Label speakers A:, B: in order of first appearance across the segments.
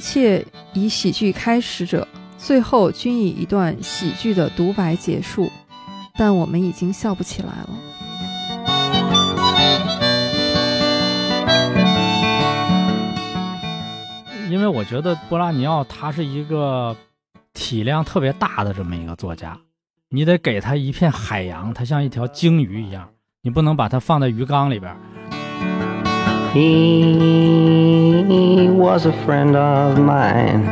A: 切以喜剧开始者，最后均以一段喜剧的独白结束，但我们已经笑不起来了。
B: 因为我觉得波拉尼奥他是一个体量特别大的这么一个作家，你得给他一片海洋，他像一条鲸鱼一样，你不能把它放在鱼缸里边。
C: He was a friend of mine.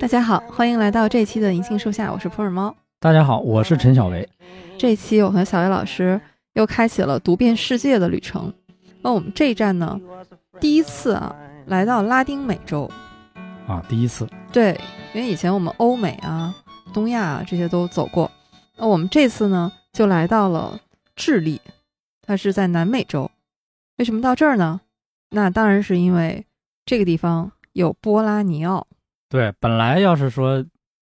A: 大家好，欢迎来到这期的银杏树下，我是普洱猫。
B: 大家好，我是陈小维。
A: 这期我和小薇老师又开启了读遍世界的旅程。那我们这一站呢，第一次啊来到拉丁美洲，
B: 啊，第一次，
A: 对，因为以前我们欧美啊、东亚啊这些都走过，那我们这次呢就来到了智利，它是在南美洲。为什么到这儿呢？那当然是因为这个地方有波拉尼奥。
B: 对，本来要是说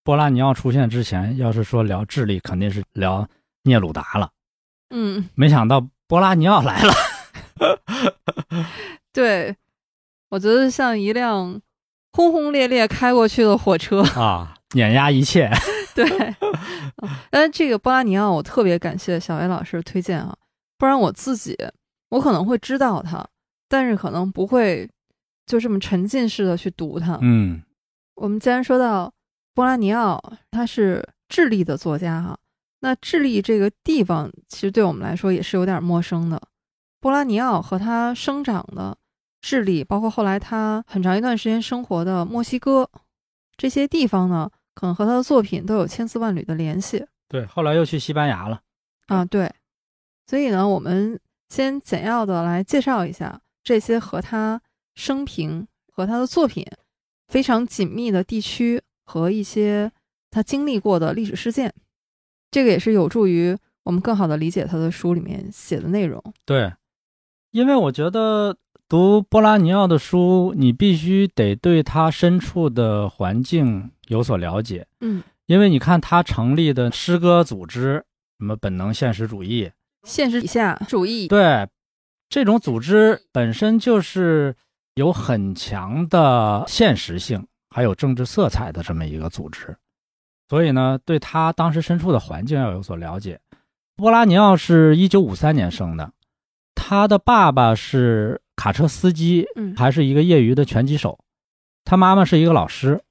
B: 波拉尼奥出现之前，要是说聊智利，肯定是聊聂鲁达了，
A: 嗯，
B: 没想到波拉尼奥来了。
A: 对，我觉得像一辆轰轰烈烈开过去的火车。
B: 啊，碾压一切。
A: 对，嗯但是这个波拉尼奥，我特别感谢小维老师推荐啊，不然我自己我可能会知道它，但是可能不会就这么沉浸式的去读它。
B: 嗯，
A: 我们既然说到波拉尼奥，他是智利的作家哈、那智利这个地方其实对我们来说也是有点陌生的。波拉尼奥和他生长的智利，包括后来他很长一段时间生活的墨西哥，这些地方呢，可能和他的作品都有千丝万缕的联系
B: 对，后来又去西班牙了。
A: 啊。对，所以呢，我们先简要的来介绍一下这些和他生平和他的作品非常紧密的地区和一些他经历过的历史事件。这个也是有助于我们更好的理解他的书里面写的内容。
B: 对，因为我觉得读波拉尼奥的书，你必须得对他身处的环境有所了解。
A: 嗯，
B: 因为你看他成立的诗歌组织，什么本能现实主义，
A: 现实以下主义，
B: 对，这种组织本身就是有很强的现实性，还有政治色彩的这么一个组织，所以呢，对他当时身处的环境要有所了解。波拉尼奥是一九五三年生的，他的爸爸是卡车司机，
A: 嗯
B: 还是一个业余的拳击手，他妈妈是一个老师。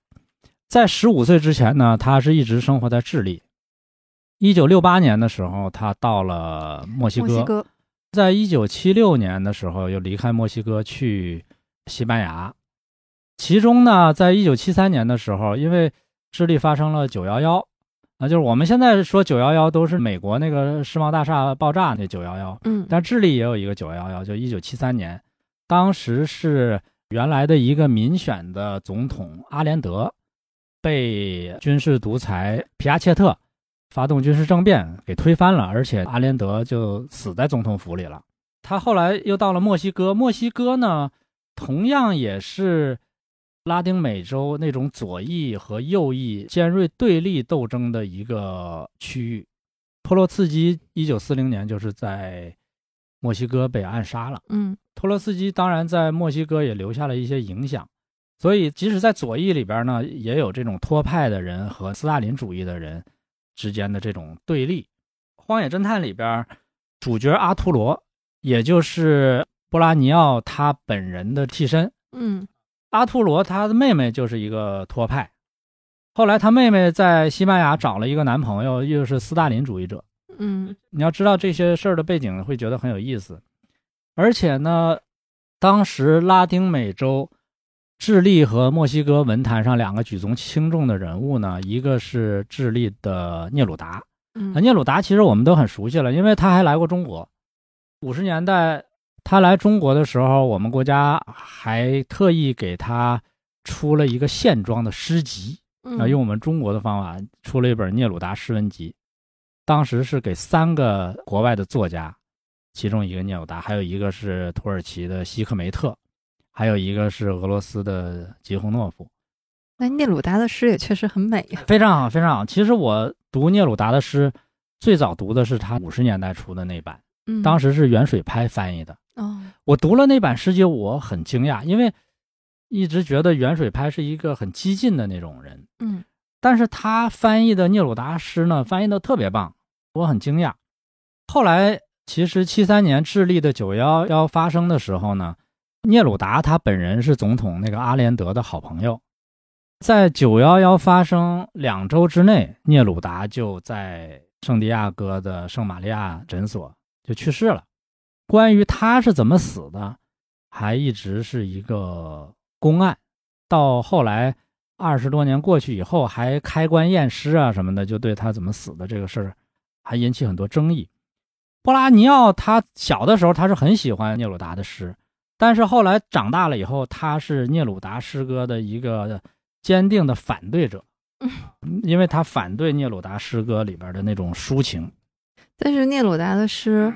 B: 在十五岁之前呢，他是一直生活在智利。一九六八年的时候，他到了墨西
A: 墨西哥，
B: 在一九七六年的时候，又离开墨西哥去西班牙。其中呢，在一九七三年的时候，因为智利发生了九幺幺，啊，就是我们现在说九幺幺都是美国那个世贸大厦爆炸那九幺幺，
A: 嗯，
B: 但智利也有一个九幺幺，就一九七三年，当时是原来的一个民选的总统阿连德被军事独裁皮亚切特发动军事政变给推翻了，而且阿连德就死在总统府里了。他后来又到了墨西哥，墨西哥呢，同样也是拉丁美洲那种左翼和右翼尖锐对立斗争的一个区域。托洛茨基一九四零年就是在墨西哥被暗杀了。
A: 嗯
B: 托洛茨基当然在墨西哥也留下了一些影响，所以即使在左翼里边呢，也有这种托派的人和斯大林主义的人之间的这种对立。《荒野侦探》里边，主角阿图罗，也就是波拉尼奥他本人的替身，
A: 嗯
B: 阿图罗他的妹妹就是一个托派，后来他妹妹在西班牙找了一个男朋友，又是斯大林主义者。
A: 嗯
B: 你要知道这些事儿的背景，会觉得很有意思。而且呢，当时拉丁美洲、智利和墨西哥文坛上两个举足轻重的人物呢，一个是智利的聂鲁达，啊，
A: 嗯
B: 聂鲁达其实我们都很熟悉了，因为他还来过中国。五十年代他来中国的时候，我们国家还特意给他出了一个线装的诗集啊，
A: 嗯，
B: 用我们中国的方法出了一本聂鲁达诗文集。当时是给三个国外的作家，其中一个聂鲁达，还有一个是土耳其的希克梅特，还有一个是俄罗斯的吉洪诺夫。
A: 那聂鲁达的诗也确实很美呀。
B: 非常好，非常好。其实我读聂鲁达的诗，最早读的是他五十年代出的那版，
A: 嗯，
B: 当时是袁水拍翻译的。
A: 哦，
B: 我读了那版诗集，我很惊讶，因为一直觉得袁水拍是一个很激进的那种人，
A: 嗯
B: 但是他翻译的聂鲁达诗呢，翻译的特别棒，我很惊讶。后来，其实七三年智利的九幺幺发生的时候呢，聂鲁达他本人是总统那个阿连德的好朋友，在九幺幺发生两周之内，聂鲁达就在圣地亚哥的圣玛利亚诊所就去世了。关于他是怎么死的，还一直是一个公案，到后来。二十多年过去以后，还开棺验尸啊什么的，就对他怎么死的这个事儿，还引起很多争议。波拉尼奥他小的时候他是很喜欢聂鲁达的诗，但是后来长大了以后，他是聂鲁达诗歌的一个坚定的反对者，因为他反对聂鲁达诗歌里边的那种抒情。
A: 但是聂鲁达的诗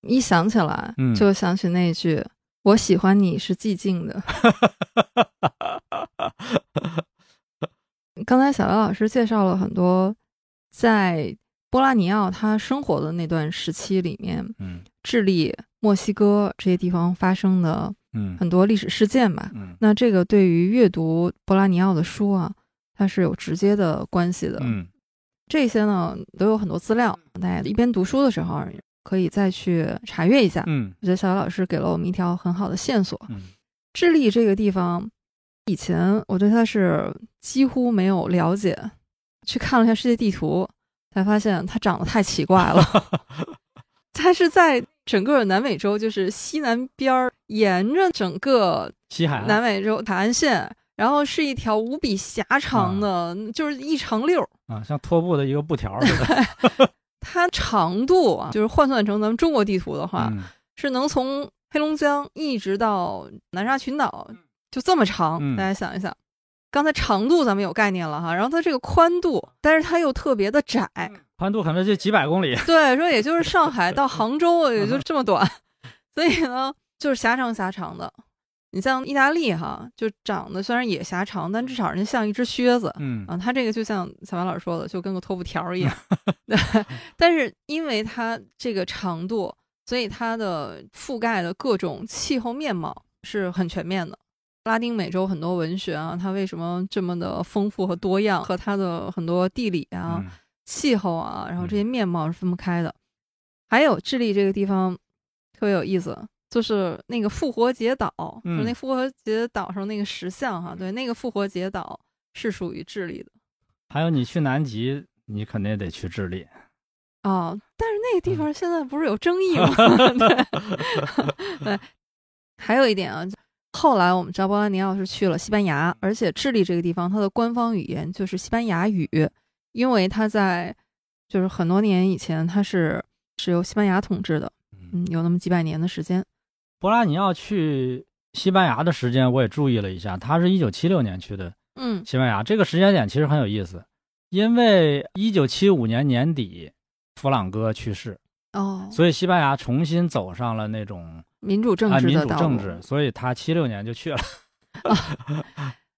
A: 一想起来，
B: 嗯
A: 就想起那句、我喜欢你是寂静 的。刚才小姚老师介绍了很多在波拉尼奥他生活的那段时期里面，
B: 嗯
A: 智利、墨西哥这些地方发生的
B: 嗯
A: 很多历史事件吧。
B: 嗯
A: 那这个对于阅读波拉尼奥的书啊，它是有直接的关系的。
B: 嗯
A: 这些呢都有很多资料，大家一边读书的时候可以再去查阅一下。
B: 嗯
A: 我觉得小姚老师给了我们一条很好的线索。
B: 嗯
A: 智利这个地方，以前我对它是几乎没有了解，去看了一下世界地图，才发现它长得太奇怪 了。它是在整个南美洲，就是西南边儿，沿着整个
B: 西海
A: 南
B: 岸
A: 美洲海岸线，然后是一条无比狭长的，嗯就是一长溜儿。
B: 啊，像拖布的一个布条似的。
A: 它长度啊，就是换算成咱们中国地图的话，
B: 嗯
A: 是能从黑龙江一直到南沙群岛，就这么长。
B: 嗯
A: 大家想一想，刚才长度咱们有概念了哈，然后它这个宽度，但是它又特别的窄，
B: 宽度可能就几百公里。
A: 对，说也就是上海到杭
B: 嗯
A: 州也就这么短， 所以呢，就是狭长狭长的。你像意大利哈，就长得虽然也狭长，但至少人家像一只靴子。
B: 嗯
A: 啊，它这个就像小马老师说的，就跟个拖布条儿 一样。对，但是因为它这个长度，所以它的覆盖的各种气候面貌是很全面的。拉丁美洲很多文学啊，它为什么这么的丰富和多样，和它的很多地理啊、
B: 嗯
A: 气候啊，然后这
B: 嗯
A: 些面貌是分不开的。还有智利这个地方特别有意思，就是那个复活节岛，就
B: 嗯
A: 是那复活节岛上那个石像哈，对，那个复活节岛是属于智利的
B: 还有你去南极，你肯定得去智利。
A: 哦。但是那个地
B: 嗯
A: 方现在不是有争议吗？ 对对。还有一点啊，后来我们知道波拉尼奥是去了西班牙，而且智利这个地方它的官方语言就是西班牙语，因为它在就是很多年以前它是是由西班牙统治的。嗯，有那么几百年的时间。
B: 博拉尼奥去西班牙的时间，我也注意了一下，他是一九七六年去的
A: 嗯
B: 西班牙。这个时间点其实很有意思，因为一九七五年年底弗朗哥去世，
A: 哦，
B: 所以西班牙重新走上了那种
A: 民主政
B: 啊、
A: 治
B: 民
A: 的
B: 主
A: 道
B: 政
A: 路
B: 治，，所以他七六年就去了。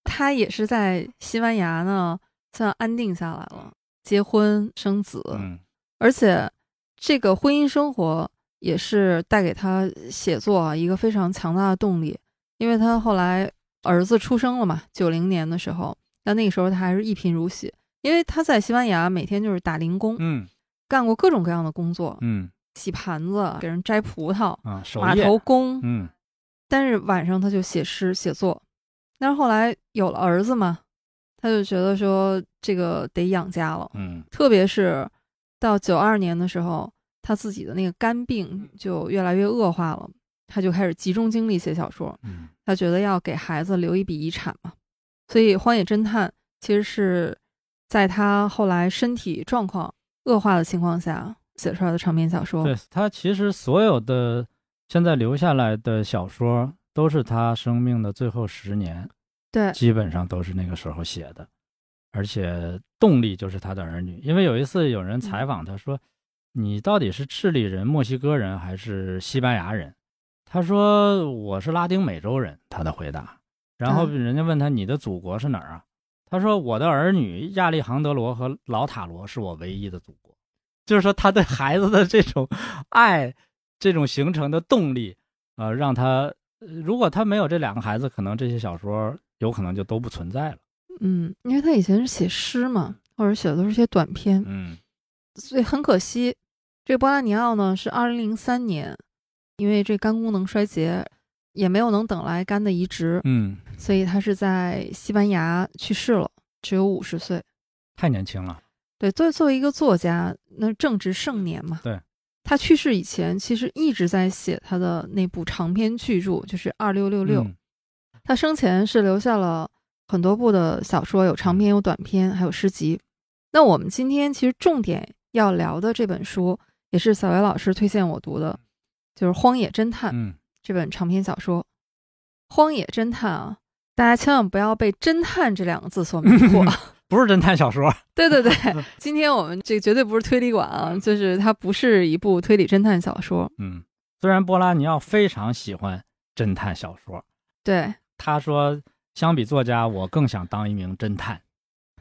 A: 他也是在西班牙呢，算安定下来了，结婚生子，
B: 嗯
A: 而且这个婚姻生活也是带给他写作啊一个非常强大的动力，因为他后来儿子出生了嘛，九零年的时候，但那个时候他还是一贫如洗，因为他在西班牙每天就是打零工，
B: 嗯
A: 干过各种各样的工作，
B: 嗯
A: 洗盘子、给人摘葡萄、
B: 啊，守
A: 码
B: 夜。
A: 头工，
B: 嗯
A: 但是晚上他就写诗写作，但是后来有了儿子嘛，他就觉得说这个得养家了，
B: 嗯
A: 特别是到九二年的时候，他自己的那个肝病就越来越恶化了，他就开始集中精力写小说，
B: 嗯
A: 他觉得要给孩子留一笔遗产嘛，所以《荒野侦探》其实是在他后来身体状况恶化的情况下写出来的长篇小说，
B: 对他其实所有的现在留下来的小说，都是他生命的最后十年。
A: 对，
B: 基本上都是那个时候写的，而且动力就是他的儿女。因为有一次有人采访他说：“你到底是智利人、墨西哥人还是西班牙人？”他说：“我是拉丁美洲人。”他的回答。然后
A: 嗯
B: 人家问他：“你的祖国是哪儿啊？”他说：“我的儿女亚历杭德罗和老塔罗是我唯一的祖国。”就是说他对 孩子的这种爱，这种形成的动力，呃，让他呃如果他没有这两个孩子，可能这些小说有可能就都不存在了。
A: 嗯，因为他以前是写诗嘛，或者写的都是些短篇，
B: 嗯
A: 所以很可惜，这个波拉尼奥呢是二零零三年，因为这肝功能衰竭，也没有能等来肝的移植，
B: 嗯，
A: 所以他是在西班牙去世了，只有五十岁。
B: 太年轻了。
A: 对，作作为一个作家，那正值盛年嘛。
B: 对，
A: 他去世以前，其实一直在写他的那部长篇巨著，就是《二六六六》。
B: 嗯
A: 他生前是留下了很多部的小说，有长篇、有短篇，还有诗集。那我们今天其实重点要聊的这本书，也是小维老师推荐我读的，就是《荒野侦探》
B: 嗯，
A: 这本长篇小说。《荒野侦探》啊，大家千万不要被“侦探”这两个字所迷惑。啊
B: 不是侦探小说。
A: 对对对，今天我们这绝对不是推理馆啊，就是它不是一部推理侦探小说。
B: 嗯，虽然波拉尼奥非常喜欢侦探小说，
A: 对
B: 他说相比作家，我更想当一名侦探。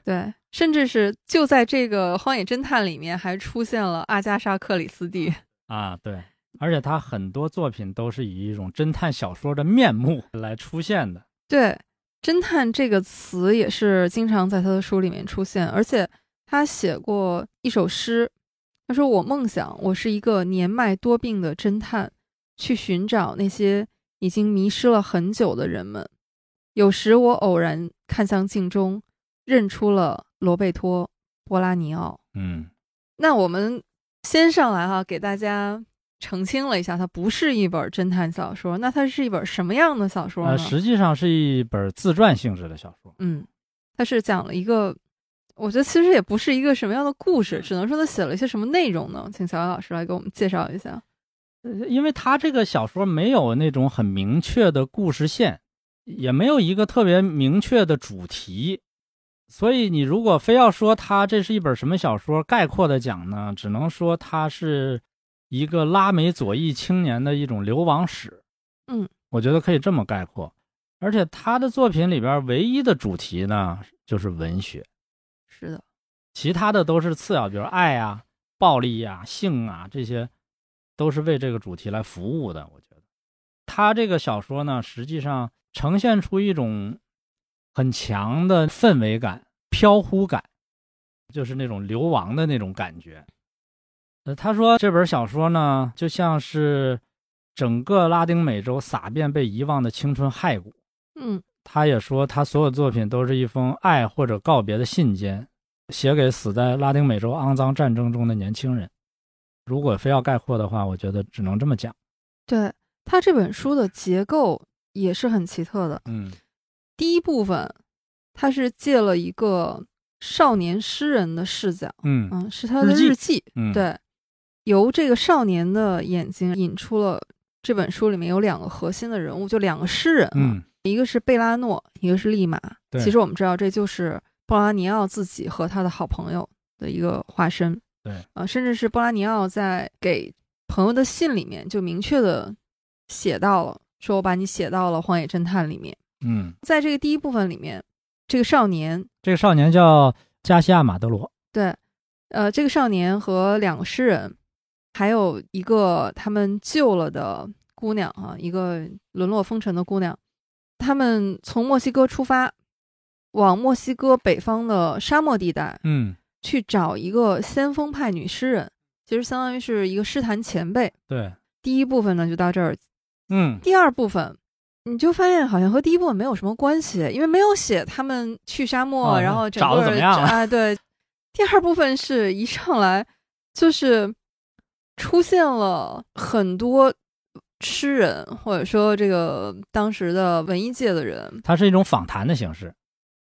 A: 对，甚至是就在这个《荒野侦探》里面，还出现了阿加莎·克里斯蒂。
B: 啊，对，而且他很多作品都是以一种侦探小说的面目来出现的。
A: 对，侦探这个词也是经常在他的书里面出现，而且他写过一首诗，他说：“我梦想我是一个年迈多病的侦探，去寻找那些已经迷失了很久的人们。有时我偶然看向镜中，认出了罗贝托·波拉尼奥。”
B: 嗯
A: 那我们先上来哈、给大家澄清了一下，它不是一本侦探小说，那它是一本什么样的小说呢？
B: 呃，实际上是一本自传性质的小说。
A: 嗯，他是讲了一个，我觉得其实也不是一个什么样的故事，
B: 嗯
A: 只能说他写了一些什么内容呢？请小杨老师来给我们介绍一下。
B: 呃因为他这个小说没有那种很明确的故事线，也没有一个特别明确的主题，所以你如果非要说它这是一本什么小说，概括的讲呢，只能说它是一个拉美左翼青年的一种流亡史。
A: 嗯，
B: 我觉得可以这么概括。而且他的作品里边唯一的主题呢，就是文学。
A: 是的，
B: 其他的都是次要，比如爱啊、暴力啊、性啊，这些都是为这个主题来服务的。我觉得他这个小说呢，实际上呈现出一种很强的氛围感、飘忽感，就是那种流亡的那种感觉。呃，他说这本小说呢，就像是整个拉丁美洲撒遍被遗忘的青春骸骨。
A: 嗯
B: 他也说，他所有作品都是一封爱或者告别的信笺，写给死在拉丁美洲肮脏战争中的年轻人。如果非要概括的话，我觉得只能这么讲。
A: 对他这本书的结构也是很奇特的。
B: 嗯
A: 第一部分，他是借了一个少年诗人的视角，
B: 嗯
A: 嗯，是他的
B: 日记
A: 日记，
B: 嗯，，
A: 对，由这个少年的眼睛引出了这本书里面有两个核心的人物，就两个诗人、啊，
B: 嗯
A: 一个是贝拉诺，一个是利马。
B: 对
A: 其实我们知道，这就是波拉尼奥自己和他的好朋友的一个化身。
B: 对
A: 啊、甚至是波拉尼奥在给朋友的信里面就明确的写到了，说我把你写到了《荒野侦探》里面。
B: 嗯，
A: 在这个第一部分里面，这个少年，
B: 这个少年叫加西亚马德罗。
A: 对，呃，这个少年和两个诗人，还有一个他们救了的姑娘啊，一个沦落风尘的姑娘，他们从墨西哥出发，往墨西哥北方的沙漠地带
B: 嗯，
A: 去找一个先锋派女诗人，其实相当于是一个诗坛前辈。
B: 对，
A: 第一部分呢就到这儿，
B: 嗯
A: 第二部分。你就发现好像和第一部分没有什么关系，因为没有写他们去沙漠，
B: 哦
A: 然后整
B: 找
A: 个
B: 得怎么样了
A: 啊，对。第二部分是一上来就是出现了很多诗人，或者说这个当时的文艺界的人，
B: 它是一种访谈的形式。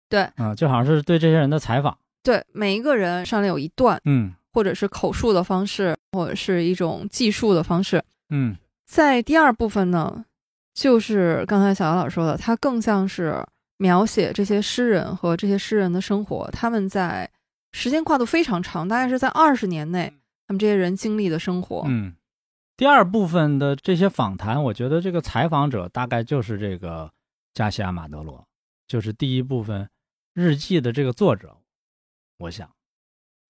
A: 对
B: 啊、就好像是对这些人的采访。
A: 对每一个人上来有一段，
B: 嗯
A: 或者是口述的方式，或者是一种记述的方式。
B: 嗯
A: 在第二部分呢，就是刚才小姚老师说的，它更像是描写这些诗人和这些诗人的生活，他们在时间跨度非常长，大概是在二十年内，他们这些人经历的生活。
B: 嗯，第二部分的这些访谈，我觉得这个采访者大概就是这个加西亚马德罗，就是第一部分日记的这个作者，我想，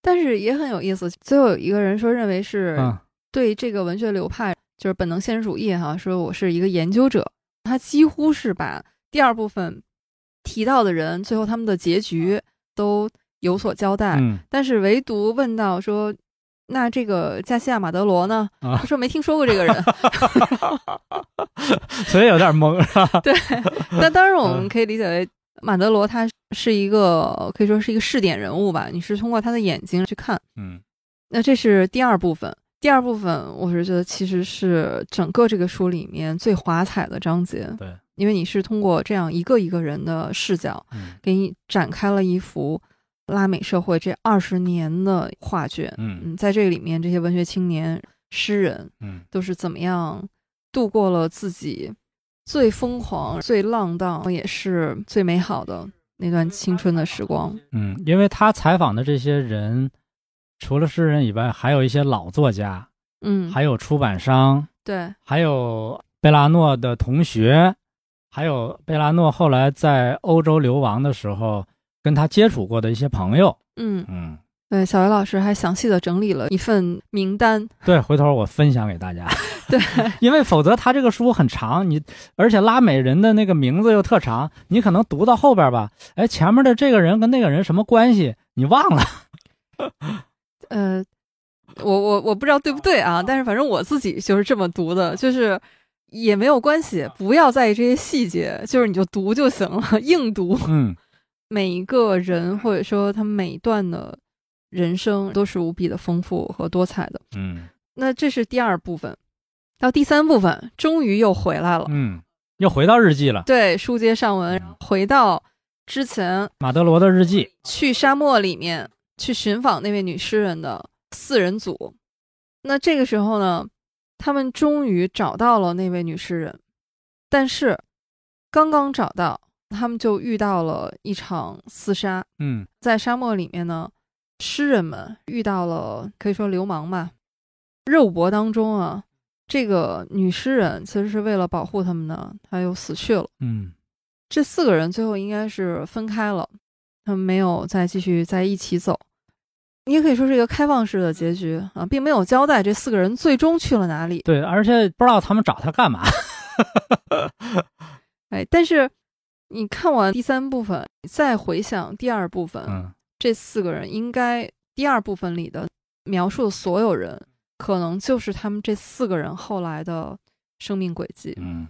A: 但是也很有意思，最后有一个人说认为是
B: 嗯
A: 对这个文学流派，就是本能现实主义哈，说我是一个研究者，他几乎是把第二部分提到的人最后他们的结局都有所交代，
B: 嗯
A: 但是唯独问到说，那这个加西亚马德罗呢？
B: 啊
A: 他说没听说过这个 人。
B: 所以有点懵，
A: 对，那当然我们
B: 嗯
A: 可以理解为马德罗他是一个可以说是一个试点人物吧，你是通过他的眼睛去看。
B: 嗯
A: 那这是第二部分。第二部分，我是觉得其实是整个这个书里面最华彩的章节，
B: 对，
A: 因为你是通过这样一个一个人的视角，
B: 嗯
A: 给你展开了一幅拉美社会这二十年的画卷。
B: 嗯
A: 嗯，在这里面，这些文学青年、诗人
B: 嗯
A: 都是怎么样度过了自己最疯狂、最浪荡，也是最美好的那段青春的时光。
B: 嗯，因为他采访的这些人，除了诗人以外，还有一些老作家，
A: 嗯，
B: 还有出版商，
A: 对，
B: 还有贝拉诺的同学，还有贝拉诺后来在欧洲流亡的时候跟他接触过的一些朋友。
A: 嗯，
B: 嗯，
A: 对，小维老师还详细的整理了一份名单。
B: 对，回头我分享给大家，
A: 对，
B: 因为否则他这个书很长，你而且拉美人的那个名字又特长，你可能读到后边吧，哎，前面的这个人跟那个人什么关系，你忘了。
A: 呃，我我我不知道对不对啊，但是反正我自己就是这么读的，就是也没有关系，不要在意这些细节，就是你就读就行了， 硬读。
B: 嗯
A: 每一个人或者说他每一段的人生都是无比的丰富和多彩的。
B: 嗯
A: 那这是第二部分，到第三部分终于又回来了。
B: 嗯，又回到日记了，
A: 对，书接上文，回到之前
B: 马德罗的日记。
A: 去沙漠里面去寻访那位女诗人的四人组。那这个时候呢，他们终于找到了那位女诗人，但是刚刚找到，他们就遇到了一场厮杀。
B: 嗯
A: 在沙漠里面呢，诗人们遇到了可以说流氓吧，肉搏当中啊，这个女诗人其实是为了保护他们呢，她又死去了。
B: 嗯
A: 这四个人最后应该是分开了，他们没有再继续在一起走。你也可以说是一个开放式的结局啊，并没有交代这四个人最终去了哪里。
B: 对，而且不知道他们找他干嘛。
A: 哎，但是你看完第三部分，你再回想第二部分，
B: 嗯
A: 这四个人应该第二部分里的描述的所有人，可能就是他们这四个人后来的生命轨迹。
B: 嗯，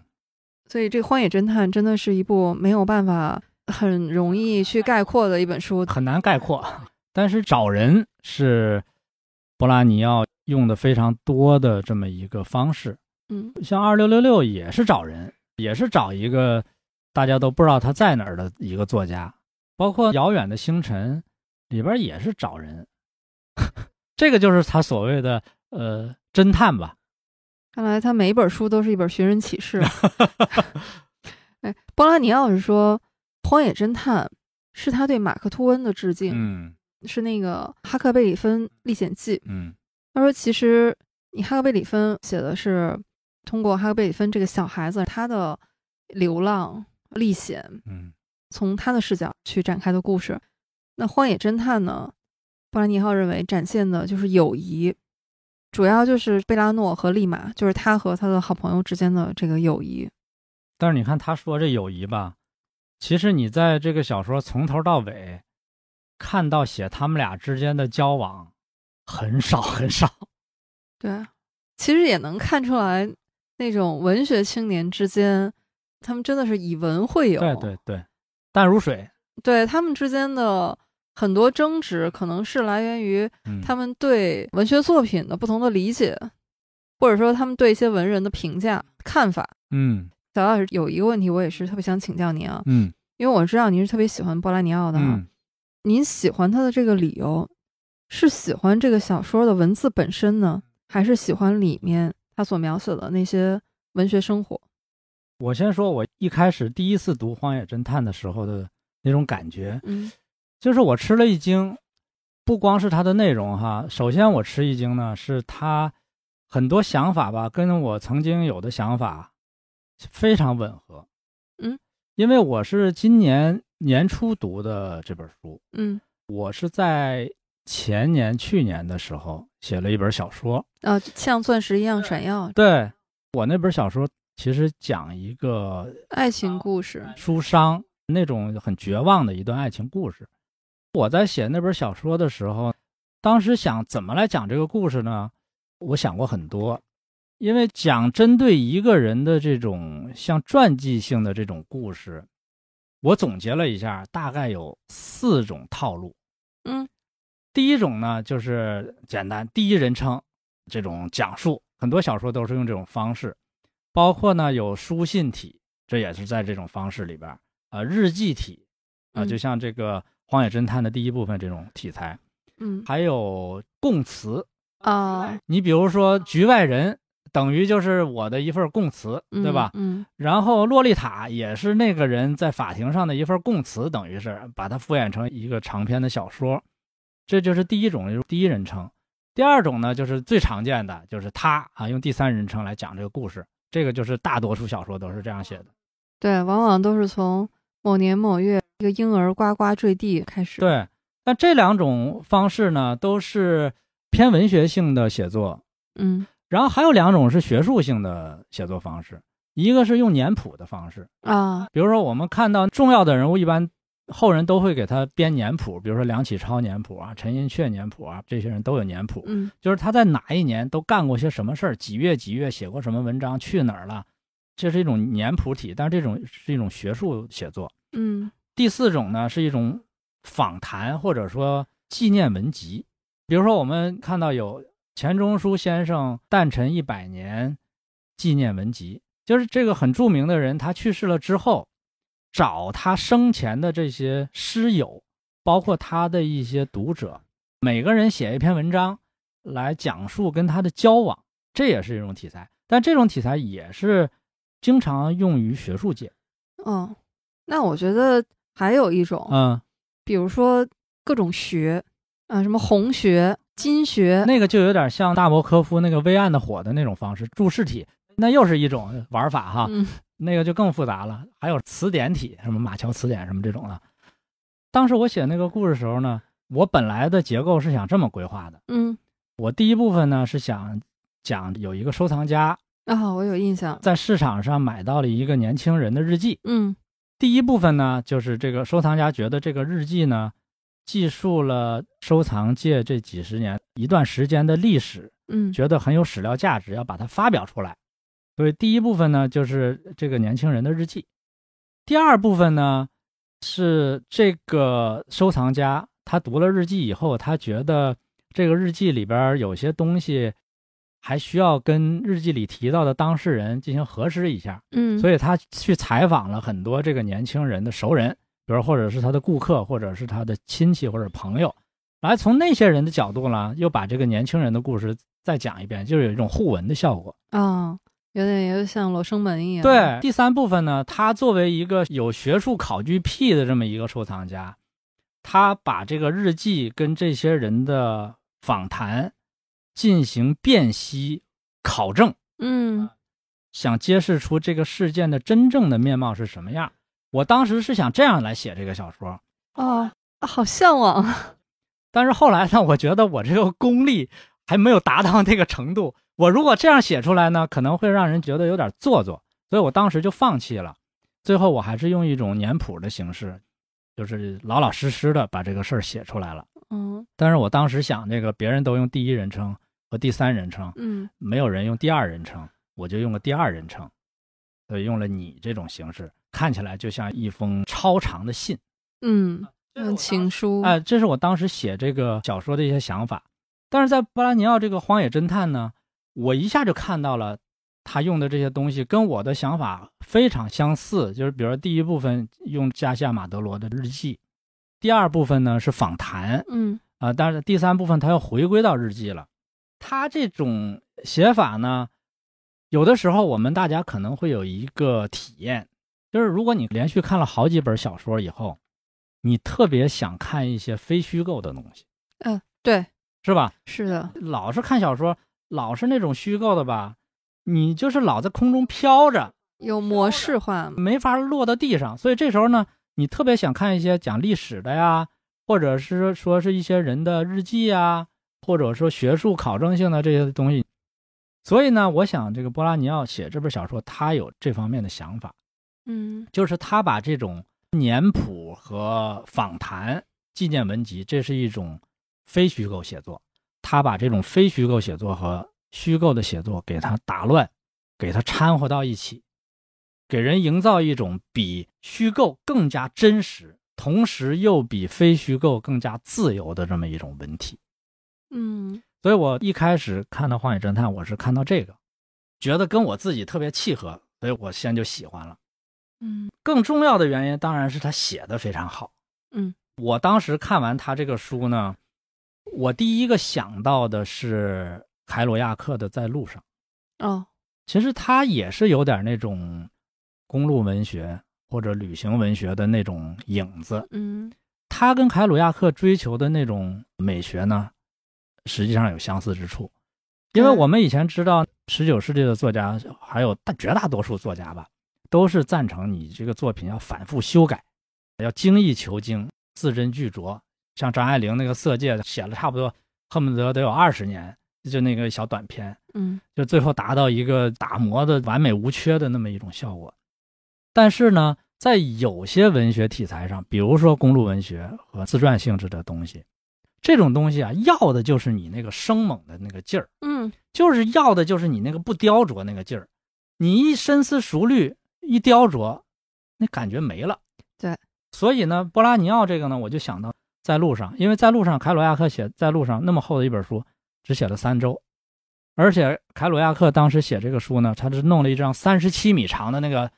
A: 所以，这《荒野侦探》真的是一部没有办法很容易去概括的一本书。
B: 很难概括。但是找人是博拉尼奥用的非常多的这么一个方式。
A: 嗯
B: 像二六六六也是找人，也是找一个大家都不知道他在哪儿的一个作家，包括《遥远的星辰》里边也是找人， 这个就是他所谓的呃侦探吧，
A: 看来他每一本书都是一本寻人启事。哎，波拉尼奥是说，《荒野侦探》是他对马克吐温的致敬，
B: 嗯
A: 是那个《哈克贝里芬历险记》。
B: 嗯
A: 他说，其实你哈克贝里芬写的是通过哈克贝里芬这个小孩子他的流浪历险，
B: 嗯
A: 从他的视角去展开的故事。那《荒野侦探》呢？布兰尼号认为展现的就是友谊，主要就是贝拉诺和利马，就是他和他的好朋友之间的这个友谊。
B: 但是你看他说这友谊吧，其实你在这个小说从头到尾看到写他们俩之间的交往很少很少，
A: 对，其实也能看出来那种文学青年之间，他们真的是以文会友，
B: 对对对，淡如水，
A: 对他们之间的很多争执，可能是来源于
B: 嗯，
A: 他们对文学作品的不同的理解，或者说他们对一些文人的评价看法。
B: 嗯
A: 小老师有一个问题，我也是特别想请教您啊，
B: 嗯
A: 因为我知道您是特别喜欢波拉尼奥的啊，
B: 嗯，
A: 您喜欢他的这个理由是喜欢这个小说的文字本身呢，还是喜欢里面他所描写的那些文学生活？
B: 我先说，我一开始第一次读《荒野侦探》的时候的那种感觉，
A: 嗯
B: 就是我吃了一惊，不光是它的内容哈，首先我吃一惊呢，是它很多想法吧，跟我曾经有的想法非常吻合。
A: 嗯，
B: 因为我是今年年初读的这本书，
A: 嗯
B: 我是在前年、去年的时候写了一本小说，
A: 啊，像钻石一样闪耀。
B: 对我那本小说其实讲一个
A: 爱情故事，
B: 书商那种很绝望的一段爱情故事。我在写那本小说的时候，当时想怎么来讲这个故事呢？我想过很多，因为讲针对一个人的这种像传记性的这种故事，我总结了一下，大概有四种套路。
A: 嗯，
B: 第一种呢，就是简单第一人称这种讲述，很多小说都是用这种方式，包括呢有书信体，这也是在这种方式里边儿啊、呃日记体啊、
A: 嗯
B: 就像这个《荒野侦探》的第一部分这种题材，
A: 嗯
B: 还有供词。
A: 啊，
B: 你比如说《局外人》，等于就是我的一份供词，
A: 嗯
B: 对吧？
A: 嗯
B: 然后《洛丽塔》也是那个人在法庭上的一份供词，等于是把它敷衍成一个长篇的小说。这就是第一种，就是第一人称。第二种呢，就是最常见的，就是他啊，用第三人称来讲这个故事。这个就是大多数小说都是这样写的。
A: 对，往往都是从某年某月一个婴儿呱呱坠地开始。，
B: 对，但这两种方式呢，都是偏文学性的写作，
A: 嗯
B: 然后还有两种是学术性的写作方式，一个是用年谱的方式，
A: 啊，
B: 比如说我们看到重要的人物，一般后人都会给他编年谱，比如说梁启超年谱啊、陈寅恪年谱啊，这些人都有年谱，
A: 嗯
B: 就是他在哪一年都干过些什么事儿，几月几月写过什么文章，去哪儿了，这是一种年谱体，但是这种是一种学术写作。
A: 嗯
B: 第四种呢是一种访谈或者说纪念文集，比如说我们看到有钱钟书先生诞辰一百年纪念文集，就是这个很著名的人，他去世了之后，找他生前的这些师友，包括他的一些读者，每个人写一篇文章来讲述跟他的交往，这也是一种题材，但这种题材也是经常用于学术界，
A: 哦，那我觉得还有一种，
B: 嗯。
A: 比如说各种学啊，什么红学、金 学，
B: 那个就有点像大摩科夫那个微暗的火的那种方式，注释体，那又是一种玩法哈，
A: 嗯
B: 那个就更复杂了。还有词典体，什么马桥词典什么这种的。当时我写那个故事的时候呢，我本来的结构是想这么规划的。
A: 嗯
B: 我第一部分呢是想讲有一个收藏家
A: 啊，我有印象，
B: 在市场上买到了一个年轻人的日记。
A: 嗯
B: 第一部分呢，就是这个收藏家觉得这个日记呢，记述了收藏界这几十年一段时间的历史，
A: 嗯
B: 觉得很有史料价值，要把它发表出来。所以第一部分呢，就是这个年轻人的日记；第二部分呢，是这个收藏家他读了日记以后，他觉得这个日记里边儿有些东西还需要跟日记里提到的当事人进行核实一下，
A: 嗯，
B: 所
A: 以
B: 以他去采访了很多这个年轻人的熟人，比如或者是他的顾客，或者是他的亲戚或者朋友，来从那些人的角度呢，又把这个年轻人的故事再讲一遍，就是有一种互文的效果。
A: 啊，有点有点像罗生门一样，
B: 对，第三部分呢，他作为一个有学术考据癖的这么一个收藏家，他把这个日记跟这些人的访谈进行辨析、考证，
A: 嗯
B: 想揭示出这个事件的真正的面貌是什么样。我当时是想这样来写这个小说，
A: 啊，好哦向往，
B: 但是后来呢，我觉得我这个功力还没有达到那个程度。我如果这样写出来呢，可能会让人觉得有点做作，所以我当时就放弃了。最后我还是用一种年谱的形式，就是老老实实的把这个事儿写出来了。
A: 嗯
B: 但是我当时想，这个别人都用第一人称和第三人称，
A: 嗯
B: 没有人用第二人称，我就用了第二人称，所以用了你这种形式，看起来就像一封超长的信。
A: 嗯，像情书，
B: 哎，这是我当时写这个小说的一些想法。但是在布拉尼奥这个《荒野侦探》呢，我一下就看到了他用的这些东西跟我的想法非常相似，就是比如说第一部分用加西亚马德罗的日记，第二部分呢是访谈，
A: 嗯
B: 啊、但是第三部分它又回归到日记了。它这种写法呢，有的时候我们大家可能会有一个体验，就是如果你连续看了好几本小说以后，你特别想看一些非虚构的东西，
A: 嗯、对，
B: 是吧？
A: 是的，
B: 老是看小说，老是那种虚构的吧，你就是老在空中飘着，
A: 有模式化，
B: 没法落到地上。所以这时候呢，你特别想看一些讲历史的呀，或者是说是一些人的日记呀，或者说学术考证性的这些东西。所以呢，我想这个波拉尼奥写这本小说，他有这方面的想法，
A: 嗯
B: 就是他把这种年谱和访谈、纪念文集，这是一种非虚构写作，他把这种非虚构写作和虚构的写作给它打乱，给它掺和到一起，给人营造一种比虚构更加真实，同时又比非虚构更加自由的这么一种文体。
A: 嗯
B: 所以我一开始看到《荒野侦探》，我是看到这个，觉得跟我自己特别契合，所以我先就喜欢了。
A: 嗯
B: 更重要的原因当然是他写的非常好。
A: 嗯，
B: 我当时看完他这个书呢，我第一个想到的是凯鲁亚克的《在路上》。
A: 哦
B: 其实他也是有点那种公路文学或者旅行文学的那种影子。
A: 嗯
B: 他跟凯鲁亚克追求的那种美学呢，实际上有相似之处，因为
A: 嗯
B: 我们以前知道十九世纪的作家，还有大绝大多数作家吧，都是赞成你这个作品要反复修改，要精益求精，字斟句酌。像张爱玲那个《色戒》，写了差不多恨不得得有二十年，就那个小短篇，
A: 嗯
B: 就最后达到一个打磨的完美无缺的那么一种效果。但是呢，在有些文学题材上，比如说公路文学和自传性质的东西，这种东西啊，要的就是你那个生猛的那个劲儿，
A: 嗯
B: 就是要的就是你那个不雕琢那个劲儿。你一深思熟虑，一雕琢，那感觉没了。
A: 对，
B: 所以呢，波拉尼奥这个呢，我就想到在路上，因为在路上，凯鲁亚克写在路上那么厚的一本书，只写了三周，而且凯鲁亚克当时写这个书呢，他是弄了一张三十七米长的那个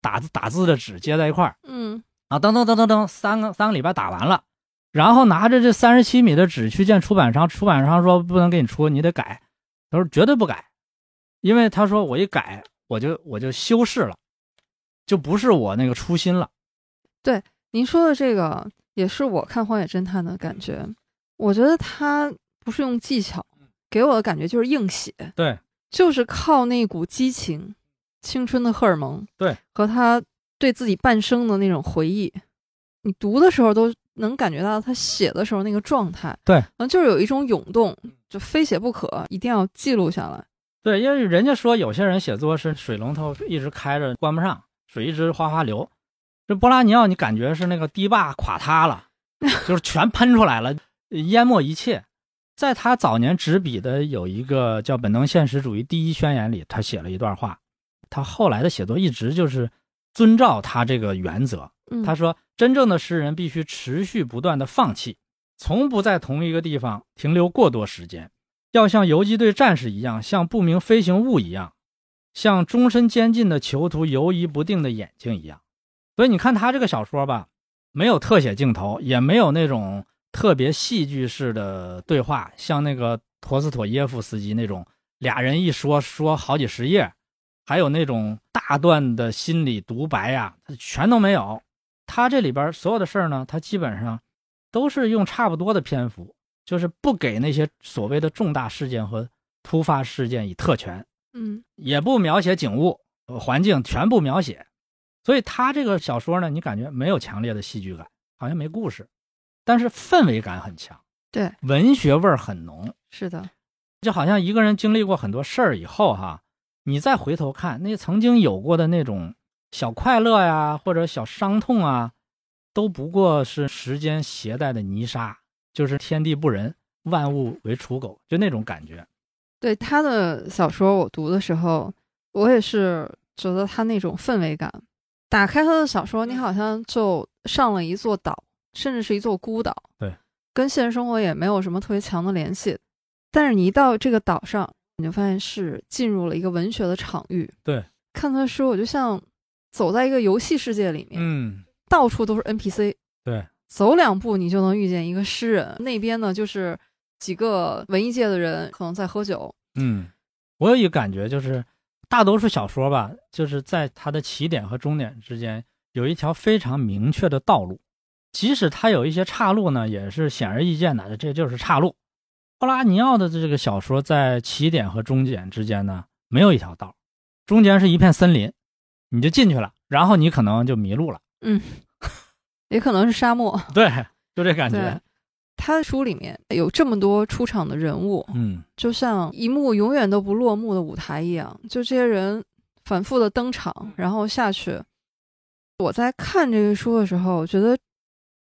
B: 打字打字的纸接在一块儿
A: 嗯
B: 啊，噔噔噔噔噔，三个三个礼拜打完了，然后拿着这三十七米的纸去见出版商，出版商说不能给你出，你得改，他说绝对不改，因为他说我一改我就我就修饰了，就不是我那个初心了。
A: 您说的这个也是我看《荒野侦探》的感觉，我觉得他不是用技巧，给我的感觉就是硬写，
B: 嗯对，
A: 就是靠那股激情、青春的荷尔蒙，
B: 对，
A: 和他对自己半生的那种回忆，你读的时候都能感觉到他写的时候那个状态，
B: 对嗯
A: 然后就是有一种涌动，就非写不可，一定要记录下来。
B: 对，因为人家说有些人写作是水龙头一直开着关不上，水一直哗哗流。这波拉尼奥，你感觉是那个堤坝垮塌了， 就是全喷出来了，淹没一切。在他早年执笔的有一个叫《本能现实主义第一宣言》里，他写了一段话。他后来的写作一直就是遵照他这个原则，
A: 嗯，
B: 他说，真正的诗人必须持续不断的放弃，从不在同一个地方停留过多时间，要像游击队战士一样，像不明飞行物一样，像终身监禁的囚徒游移不定的眼睛一样。所以你看他这个小说吧，没有特写镜头，也没有那种特别戏剧式的对话，像那个陀思妥耶夫斯基那种俩人一说说好几十页，还有那种大段的心理独白呀、它全都没有。他这里边所有的事儿呢，他基本上都是用差不多的篇幅，就是不给那些所谓的重大事件和突发事件以特权，
A: 嗯
B: 也不描写景物、呃环境，全部描写。所以他这个小说呢，你感觉没有强烈的戏剧感，好像没故事，但是氛围感很强，
A: 对，
B: 文学味儿很浓，
A: 是的，
B: 就好像一个人经历过很多事儿以后哈，你再回头看那曾经有过的那种小快乐呀，或者小伤痛啊，都不过是时间携带的泥沙，就是天地不仁，万物为刍狗，就那种感觉。
A: 对他的小说，我读的时候，我也是觉得他那种氛围感。打开他的小说，
B: 嗯
A: 你好像就上了一座岛，甚至是一座孤岛。
B: 对，
A: 跟现实生活也没有什么特别强的联系。但是你一到这个岛上，你就发现是进入了一个文学的场域。
B: 对，
A: 看他的书，我就像走在一个游戏世界里面，
B: 嗯，
A: 到处都是 NPC。
B: 对，
A: 走两步你就能遇见一个诗人，那边呢就是几个文艺界的人可能在喝酒，
B: 嗯，我有一个感觉，就是大多数小说吧，就是在它的起点和终点之间有一条非常明确的道路，即使它有一些岔路呢，也是显而易见的，这就是岔路。波拉尼奥的这个小说在起点和终点之间呢，没有一条道，中间是一片森林，你就进去了，然后你可能就迷路了，
A: 也可能是沙漠。
B: 对，就这感觉
A: 对。，他的书里面有这么多出场的人物，
B: 嗯
A: 就像一幕永远都不落幕的舞台一样，就这些人反复的登场，然后下去。我在看这个书的时候，我觉得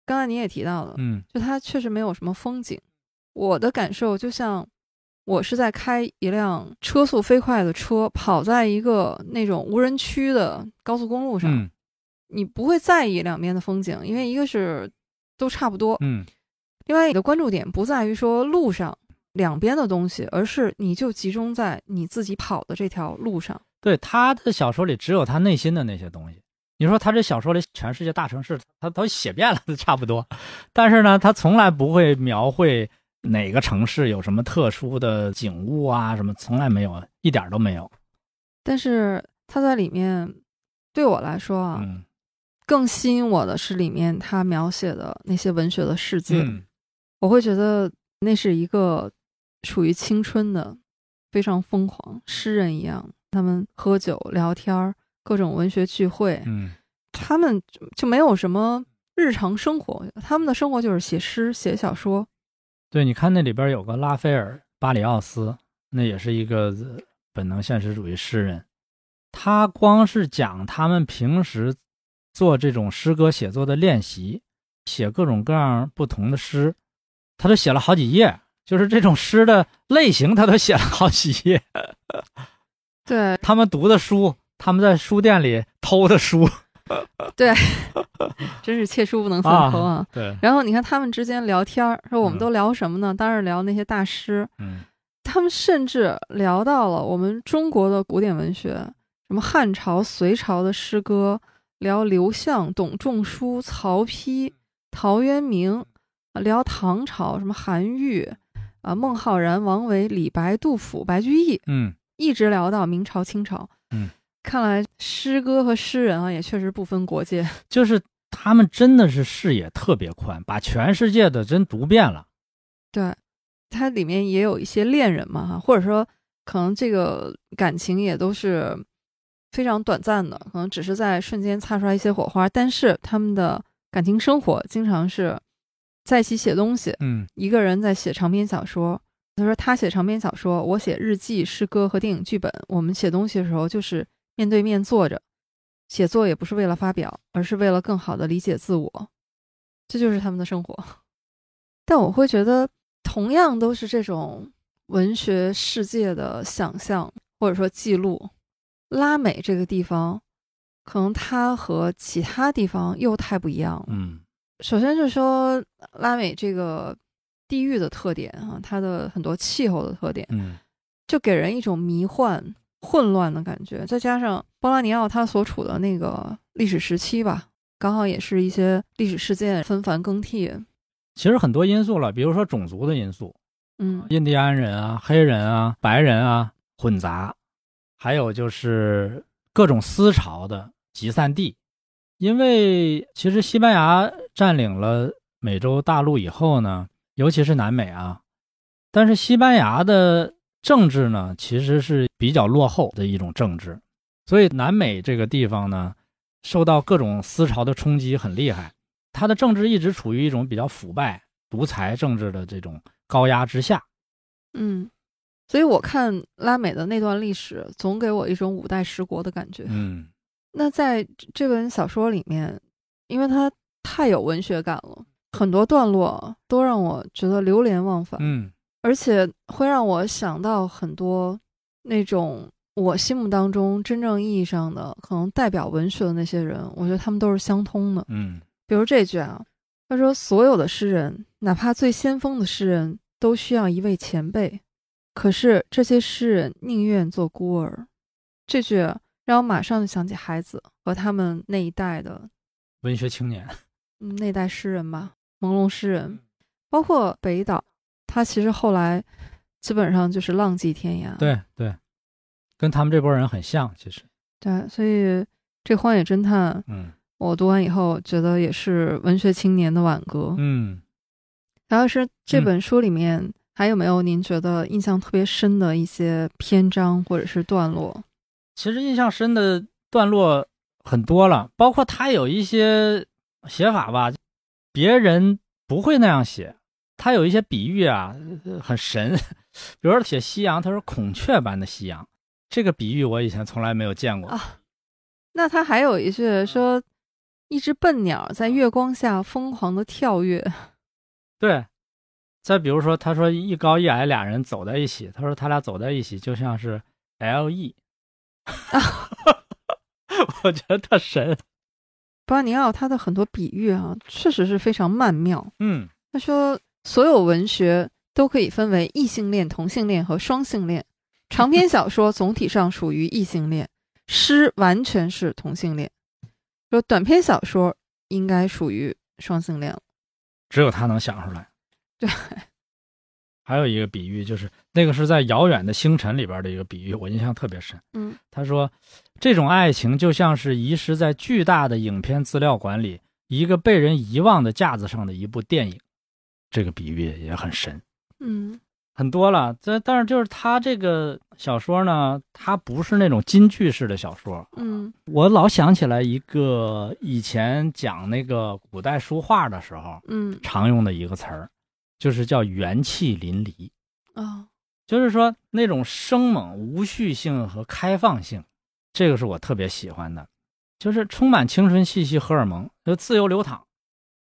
A: 刚才你也提到了，
B: 嗯
A: 就它确实没有什么风景。我的感受就像我是在开一辆车速飞快的车，跑在一个那种无人区的高速公路上，
B: 嗯
A: 你不会在意两边的风景，因为一个是都差不多，
B: 嗯
A: 另外，你的关注点不在于说路上两边的东西，而是你就集中在你自己跑的这条路上。
B: 对，他的小说里只有他内心的那些东西。你说他这小说里全世界大城市，他都写遍了， 差不多。但是呢，他从来不会描绘哪个城市有什么特殊的景物啊，什么从来没有，一点儿都没有。
A: 但是它在里面，对我来说啊，
B: 嗯
A: 更吸引我的是里面他描写的那些文学的世界，
B: 嗯
A: 我会觉得那是一个属于青春的、非常疯狂诗人一样，他们喝酒聊天儿，各种文学聚会，
B: 嗯
A: 他们就就没有什么日常生活，他们的生活就是写诗、写小说。
B: 对，你看那里边有个拉斐尔·巴里奥斯，那也是一个呃本能现实主义诗人。他光是讲他们平时做这种诗歌写作的练习，写各种各样不同的诗，他都写了好几页。就是这种诗的类型，他都写了好几页。
A: 对，
B: 他们读的书，他们在书店里偷的书
A: 真是切书不能
B: 啊
A: 算偷啊。
B: 对，
A: 然后你看他们之间聊天儿，说我们
B: 嗯
A: 都聊什么呢？当然聊那些大师，
B: 嗯
A: 他们甚至聊到了我们中国的古典文学，什么汉朝、隋朝的诗歌，聊刘向、董仲舒、曹丕、陶渊明，啊聊唐朝什么韩愈。啊，孟浩然、王维、李白、杜甫、白居易，
B: 嗯
A: 一直聊到明朝、清朝。
B: 嗯，
A: 看来诗歌和诗人啊，也确实不分国界。
B: 就是他们真的是视野特别宽，把全世界的真读遍了。
A: 对，它里面也有一些恋人嘛，哈，或者说可能这个感情也都是非常短暂的，可能只是在瞬间擦出来一些火花，但是他们的感情生活经常是在一起写东西，
B: 嗯
A: 一个人在写长篇小说。他说他写长篇小说，我写日记、诗歌和电影剧本。我们写东西的时候就是面对面坐着，写作也不是为了发表，而是为了更好的理解自我。这就是他们的生活。 但我会觉得，同样都是这种文学世界的想象或者说记录，拉美这个地方，可能它和其他地方又太不一样了。
B: 嗯
A: 首先是说拉美这个地域的特点啊，它的很多气候的特点，
B: 嗯
A: 就给人一种迷幻、混乱的感觉。再加上波拉尼奥他所处的那个历史时期吧，刚好也是一些历史事件纷繁更替。
B: 其实很多因素了，比如说种族的因素，
A: 嗯，
B: 印第安人啊、黑人啊、白人啊混杂，还有就是各种思潮的集散地。因为其实西班牙占领了美洲大陆以后呢，尤其是南美啊，但是西班牙的政治呢，其实是比较落后的一种政治，所以南美这个地方呢，受到各种思潮的冲击很厉害，它的政治一直处于一种比较腐败、独裁政治的这种高压之下。
A: 嗯，所以我看拉美的那段历史，总给我一种五代十国的感觉。
B: 嗯
A: 那在这这本小说里面，因为它太有文学感了，很多段落都让我觉得流连忘返，
B: 嗯
A: 而且会让我想到很多那种我心目当中真正意义上的可能代表文学的那些人，我觉得他们都是相通的。
B: 嗯
A: 比如这句啊，他说：“所有的诗人，哪怕最先锋的诗人，都需要一位前辈。可是这些诗人宁愿做孤儿。”这句让我马上就想起孩子和他们那一代的、
B: 文学青年。
A: 嗯、那代诗人吧，朦胧诗人，
B: 嗯
A: 包括北岛，他其实后来基本上就是浪迹天涯。
B: 对对，跟他们这波人很像，其实。
A: 对，所以这《荒野侦探》
B: 嗯
A: 我读完以后觉得也是文学青年的挽歌。
B: 嗯，
A: 然后是这
B: 嗯
A: 本书里面还有没有您觉得印象特别深的一些篇章或者是段落？
B: 其实印象深的段落很多了，包括他有一些写法吧，别人不会那样写，他有一些比喻啊，呃很神。 比如说写夕阳，他说孔雀般的夕阳，这个比喻我嗯以前从来没有见过。
A: 啊那他还有一句说，一只笨鸟
B: 嗯
A: 在月光下疯狂的跳跃。
B: 对，再比如说，他说一高一矮俩人走在一起，他说他俩走在一起就像是 L E，我觉得特神。
A: 布拉尼奥他的很多比喻啊，确实是非常曼妙。
B: 嗯，
A: 他说，所有文学都可以分为异性恋、同性恋和双性恋。长篇小说总体上属于异性恋，诗完全是同性恋。说短篇小说应该属于双性恋了。
B: 只有他能想出来。
A: 对，
B: 还有一个比喻就是那个是在遥远的星辰里边的一个比喻，我印象特别深。
A: 嗯，
B: 他说，这种爱情就像是遗失在巨大的影片资料馆里一个被人遗忘的架子上的一部电影。这个比喻也很神，
A: 嗯，
B: 很多了。这但是就是他这个小说呢，它不是那种金句式的小说。
A: 嗯，
B: 我老想起来一个以前讲那个古代书画的时候，
A: 嗯，
B: 常用的一个词儿，就是叫元气淋漓，
A: 啊、
B: 就是说那种生猛、无序性和开放性，这个是我特别喜欢的，就是充满青春气息、荷尔蒙，就自由流淌，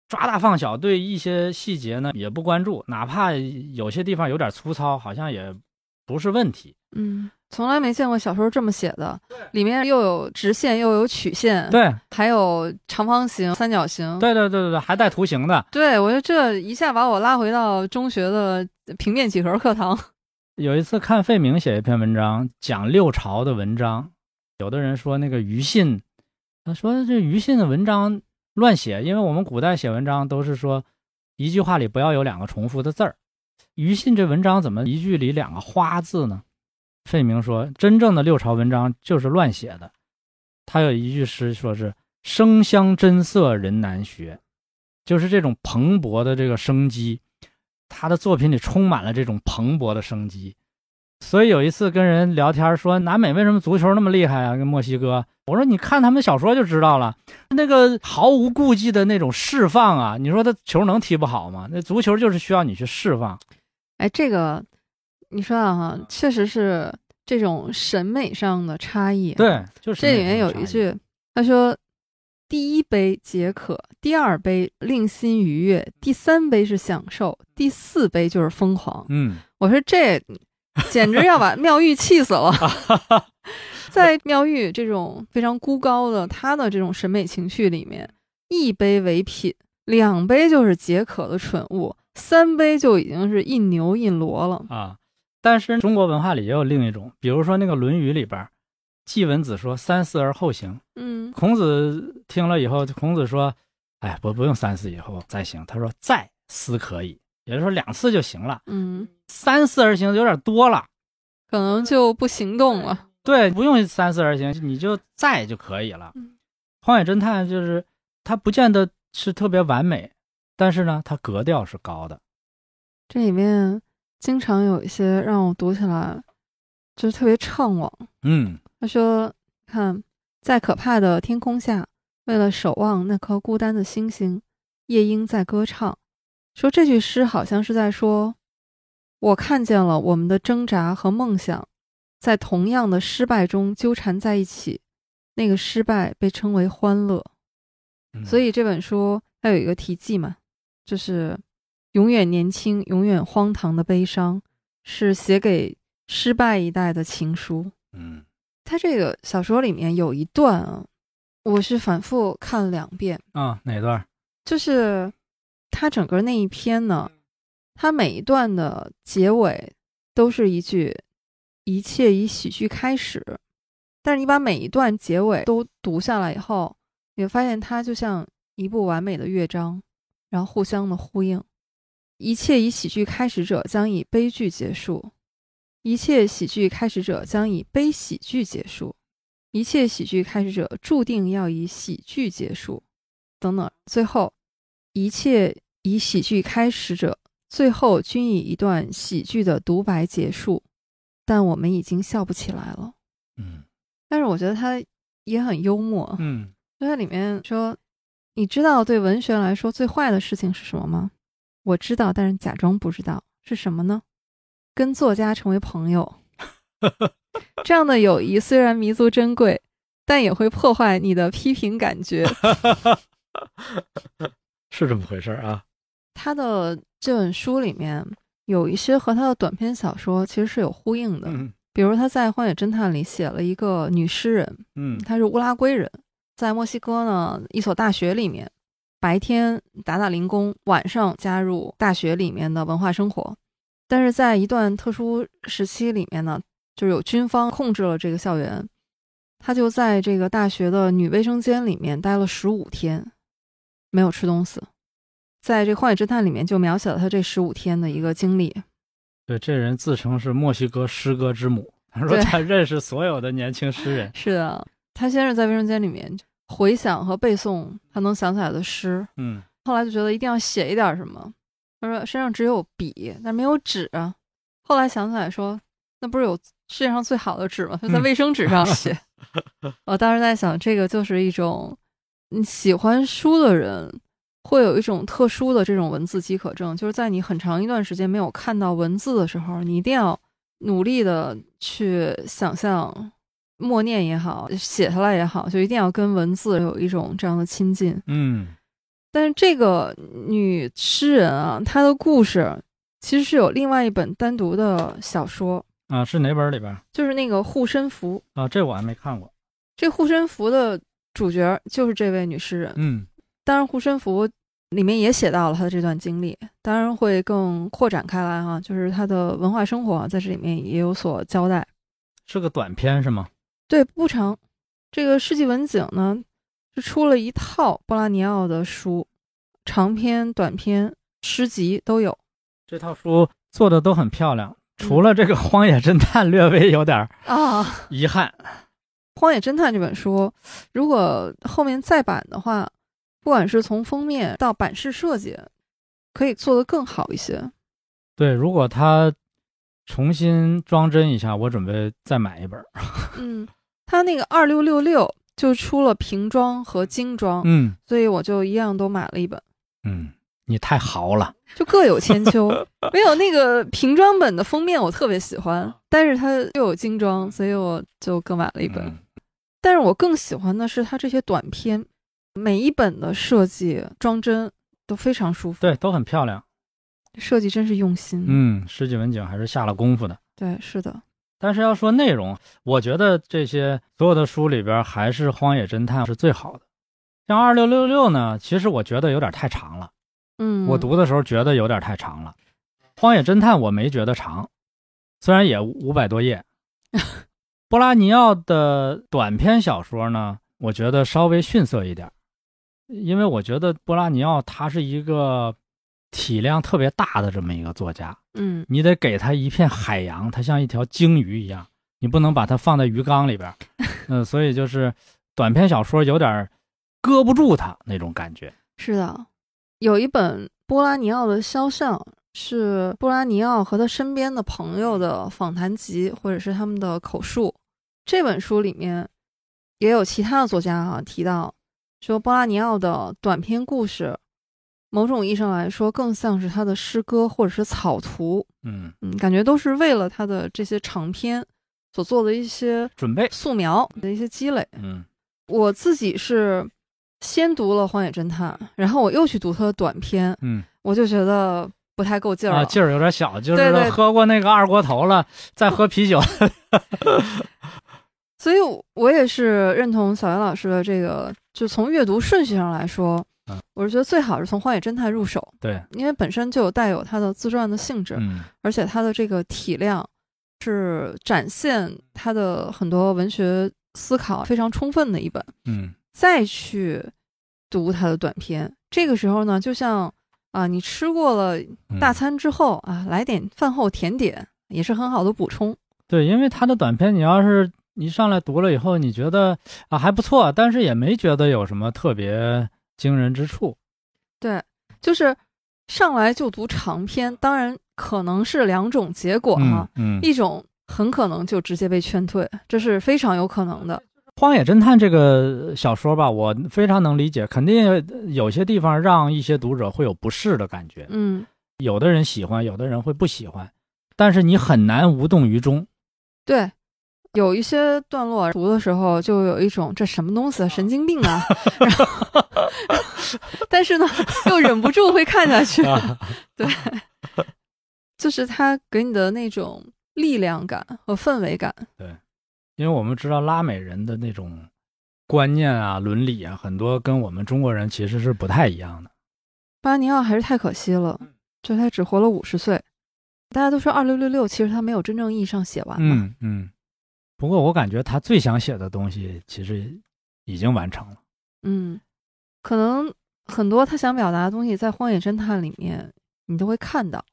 B: 抓大放小，对一些细节呢也不关注，哪怕有些地方有点粗糙，好像也不是问题。
A: 嗯，从来没见过小说这么写的，里面又有直线，又有曲线，
B: 对，
A: 还有长方形、三角形。
B: 对对对对对，还带图形的，
A: 对，我觉得这一下把我拉回到中学的平面几何课堂。
B: 有一次看费明写一篇文章，讲六朝的文章，有的人说那个余信，他说这余信的文章乱写，因为我们古代写文章都是说一句话里不要有两个重复的字儿。余信这文章怎么一句里两个花字呢？费明说，真正的六朝文章就是乱写的。他有一句诗说是“生香真色人难学”，就是这种蓬勃的这个生机，他的作品里充满了这种蓬勃的生机。所以有一次跟人聊天说，南美为什么足球那么厉害啊？跟墨西哥，我说你看他们小说就知道了，那个毫无顾忌的那种释放啊，你说他球能踢不好吗？那足球就是需要你去释放。
A: 哎，这个你说啊，哈，
B: 嗯
A: 确实是这种审美上的差异。，
B: 对，就是
A: 这里
B: 那
A: 面有
B: 种
A: 一
B: 差异，
A: 句，他说：“第一杯解渴，第二杯令心愉悦，第三杯是享受，第四杯就是疯狂。”
B: 嗯，
A: 我说这简直要把妙玉气死了。在妙玉这种非常孤高的他的这种审美情趣里面，一杯为品，两杯就是解渴的蠢物，三杯就已经是一牛一骡了。
B: 啊。但是中国文化里也有另一种，比如说那个《论语》里边，季文子说“三思而后行”，
A: 嗯
B: 孔子听了以后，孔子说：“哎，不不用三思以后再行。”他说：“再思可以。”也就是说两次就行了，
A: 嗯，
B: 三思而行有点多了。
A: 可能就不行动了。
B: 对，不用三思而行，你就在就可以了。
A: 嗯
B: 荒野侦探就是它不见得是特别完美，但是呢，它格调是高的。
A: 这里面经常有一些让我读起来就是特别怅惘。
B: 嗯，
A: 他说：“看，在可怕的天空下，为了守望那颗孤单的星星，夜莺在歌唱。”说这句诗好像是在说，我看见了我们的挣扎和梦想，在同样的失败中纠缠在一起。那个失败被称为欢乐。
B: 嗯
A: 所以这本书它有一个题记嘛，就是永远年轻、永远荒唐的悲伤，是写给失败一代的情书。
B: 嗯
A: 他这个小说里面有一段啊，我是反复看了两遍，
B: 啊，哪段儿？
A: 就是他整个那一篇呢，他每一段的结尾都是一句“一切以喜剧开始”，但是你把每一段结尾都读下来以后，你会发现它就像一部完美的乐章，然后互相的呼应。一切以喜剧开始者将以悲剧结束，一切喜剧开始者将以悲喜剧结束，一切喜剧开始者注定要以喜剧结束。等等。最后，一切以喜剧开始者，最后均以一段喜剧的独白结束，但我们已经笑不起来了。
B: 嗯
A: 但是我觉得他也很幽默，
B: 嗯
A: 就在里面说，你知道对文学来说最坏的事情是什么吗？我知道，但是假装不知道是什么呢？跟作家成为朋友，这样的友谊虽然弥足珍贵，但也会破坏你的批评感觉。
B: 是这么回事儿啊。
A: 他的这本书里面有一些和他的短篇小说其实是有呼应的，
B: 嗯
A: 比如他在《荒野侦探》里写了一个女诗人，
B: 嗯
A: 她是乌拉圭人，在墨西哥呢一所大学里面，白天打打零工，晚上加入大学里面的文化生活。但是在一段特殊时期里面呢，就是有军方控制了这个校园，他就在这个大学的女卫生间里面待了十五天，没有吃东西。在这《荒野侦探》里面就描写了他这十五天的一个经历。
B: 对，这人自称是墨西哥诗歌之母，他说
A: 对。
B: 他认识所有的年轻诗人
A: 是的，他先是在卫生间里面回想和背诵他能想起来的诗，
B: 嗯，
A: 后来就觉得一定要写一点什么。他说身上只有笔，但没有纸啊。后来想起来说，那不是有世界上最好的纸吗？就在
B: 嗯
A: 卫生纸上写。我当时在想，这个就是一种你喜欢书的人会有一种特殊的这种文字饥渴症，就是在你很长一段时间没有看到文字的时候，你一定要努力的去想象、默念也好，写下来也好，就一定要跟文字有一种这样的亲近。
B: 嗯，
A: 但是这个女诗人啊，她的故事其实是有另外一本单独的小说，
B: 啊，是哪本里边？
A: 就是那个《护身符》。
B: 啊，这我还没看过。
A: 这《护身符》的主角就是这位女诗人。
B: 嗯
A: 当然，《护身符》里面也写到了她的这段经历，当然会更扩展开来哈、就是她的文化生活啊在这里面也有所交代。
B: 是个短片是吗？
A: 对，不长。这个世纪文景呢，是出了一套波拉尼奥的书，长篇、短篇、诗集都有。
B: 这套书嗯做的都很漂亮，除了这个《荒野侦探》略微有点儿
A: 啊，
B: 遗 憾。
A: 《荒野侦探》这本书，如果后面再版的话，不管是从封面到版式设计，可以做得更好一些。
B: 对，如果他重新装帧一下，我准备再买一本儿。
A: 嗯， 它那个二六六六就出了瓶装和精装，
B: 嗯
A: 所以我就一样都买了一本，
B: 嗯，你太豪了。
A: 就各有千秋。没有那个瓶装本的封面我特别喜欢，
B: 啊
A: 但是它又有精装，所以我就各买了一本。
B: 嗯
A: 但是我更喜欢的是它这些短篇，每一本的设计装帧都非常舒服，
B: 对，都很漂亮。
A: 设计真是用心。
B: 嗯，石井文景还是下了功夫的。
A: 对，是的，
B: 但是要说内容，我觉得这些所有的书里边，还是《荒野侦探》是最好的。像二六六六呢，其实我觉得有点太长了。
A: 嗯，
B: 我读的时候觉得有点太长了，《荒野侦探》我没觉得长，虽然也五百多页。波拉尼奥的短篇小说呢，我觉得稍微逊色一点，因为我觉得波拉尼奥他是一个体量特别大的这么一个作家，
A: 嗯，
B: 你得给他一片海洋，他像一条鲸鱼一样，你不能把它放在鱼缸里边儿。嗯、所以就是短篇小说有点儿搁不住他那种感觉。
A: 是的，有一本波拉尼奥的肖像是波拉尼奥和他身边的朋友的访谈集，或者是他们的口述。这本书里面也有其他的作家啊提到，说波拉尼奥的短篇故事，某种意义上来说更像是他的诗歌或者是草图，
B: 嗯，
A: 嗯，感觉都是为了他的这些长篇所做的一些
B: 准备，
A: 素描的一些积累。
B: 嗯。
A: 我自己是先读了《荒野侦探》，然后我又去读他的短篇，
B: 嗯
A: 我就觉得不太够劲儿了。
B: 啊，劲儿有点小，就
A: 对对
B: 是喝过那个二锅头了，再喝啤酒。
A: 所以我，我也是认同小袁老师的这个，就从阅读顺序上来说，
B: 嗯
A: 我是觉得最好是从《荒野侦探》入手，
B: 对，
A: 因为本身就有带有它的自传的性质，
B: 嗯
A: 而且它的这个体量是展现它的很多文学思考非常充分的一本。
B: 嗯
A: 再去读他的短篇。这个时候呢，就像啊、你吃过了
B: 嗯，
A: 大餐之后啊，来点饭后甜点也是很好的补充。
B: 对，因为他的短篇，你要是一上来读了以后，你觉得啊还不错，但是也没觉得有什么特别惊人之处。
A: 就是上来就读长篇，当然可能是两种结果哈、
B: 嗯，嗯
A: 一种很可能就直接被劝退，这是非常有可能的。
B: 《荒野侦探》这个小说吧，我非常能理解，肯定有些地方让一些读者会有不适的感觉。
A: 嗯，
B: 有的人喜欢，有的人会不喜欢，但是你很难无动 于衷。
A: 对，有一些段落读的时候，就有一种这什么东西，啊，神经病 啊！然后，但是呢，又忍不住会看下去。
B: 啊
A: 对，就是它给你的那种力量感和氛围感。
B: 因为我们知道拉美人的那种观念啊、伦理啊，很多跟我们中国人其实是不太一样的。
A: 巴尼奥还是太可惜了，就他只活了五十岁。大家都说二六六六，其实他没有真正意义上写完嘛。
B: 嗯嗯。不过我感觉他最想写的东西其实已经完成了。
A: 嗯，可能很多他想表达的东西在《荒野侦探》里面你都会看到，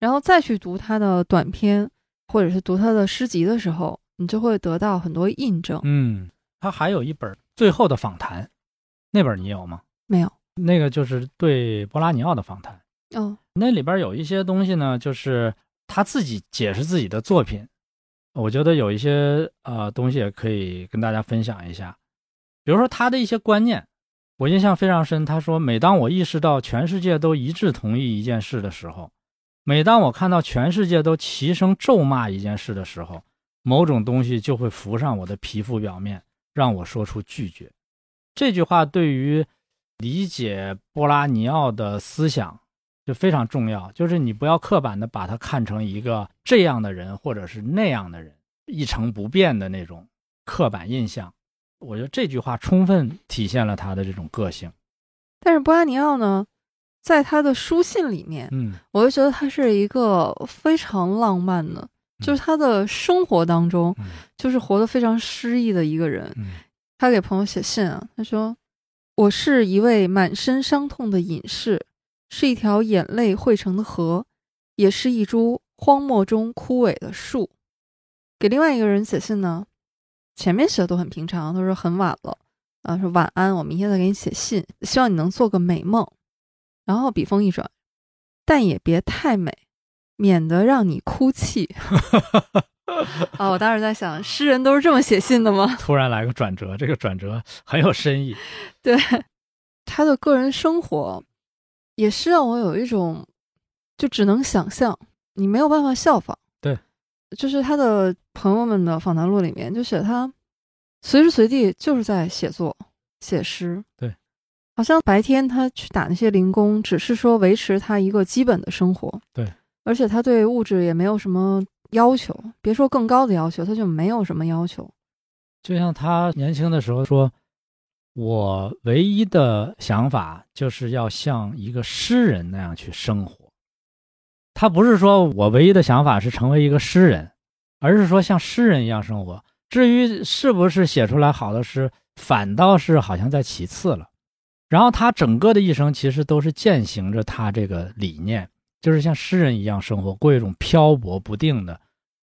A: 然后再去读他的短篇或者是读他的诗集的时候，你就会得到很多印证。
B: 嗯，他还有一本《最后的访谈》，那本你有吗？
A: 没有，
B: 那个就是对波拉尼奥的访谈。
A: 哦，
B: 那里边有一些东西呢，就是他自己解释自己的作品，我觉得有一些呃东西也可以跟大家分享一下。比如说他的一些观念，我印象非常深。他说：“每当我意识到全世界都一致同意一件事的时候，每当我看到全世界都齐声咒骂一件事的时候，某种东西就会浮上我的皮肤表面，让我说出拒绝。”这句话对于理解波拉尼奥的思想。就非常重要，就是你不要刻板的把他看成一个这样的人，或者是那样的人，一成不变的那种刻板印象。我觉得这句话充分体现了他的这种个性。
A: 但是波拉尼奥呢，在他的书信里面，
B: 嗯
A: 我就觉得他是一个非常浪漫的，就是他的生活当中，
B: 嗯
A: 就是活得非常诗意的一个人。
B: 嗯
A: 他给朋友写信啊，他说：“我是一位满身伤痛的隐士，是一条眼泪汇成的河，也是一株荒漠中枯萎的树。”给另外一个人写信呢，前面写的都很平常，他说很晚了，啊，说晚安，我明天再给你写信，希望你能做个美梦。然后笔锋一转，但也别太美，免得让你哭泣。 啊，我当时在想，诗人都是这么写信的吗？
B: 突然来个转折，这个转折很有深意。
A: 对他的个人生活，也是让我有一种就只能想象，你没有办法效仿。
B: 对，
A: 就是他的朋友们的访谈录里面就写他随时随地就是在写作、写诗。
B: 对，
A: 好像白天他去打那些零工，只是说维持他一个基本的生活。
B: 对，
A: 而且他对物质也没有什么要求，别说更高的要求，他就没有什么要求。
B: 就像他年轻的时候说：“我唯一的想法就是要像一个诗人那样去生活。”他不是说我唯一的想法是成为一个诗人，而是说像诗人一样生活。至于是不是写出来好的诗，反倒是好像在其次了。然后他整个的一生其实都是践行着他这个理念，就是像诗人一样生活，过一种漂泊不定的、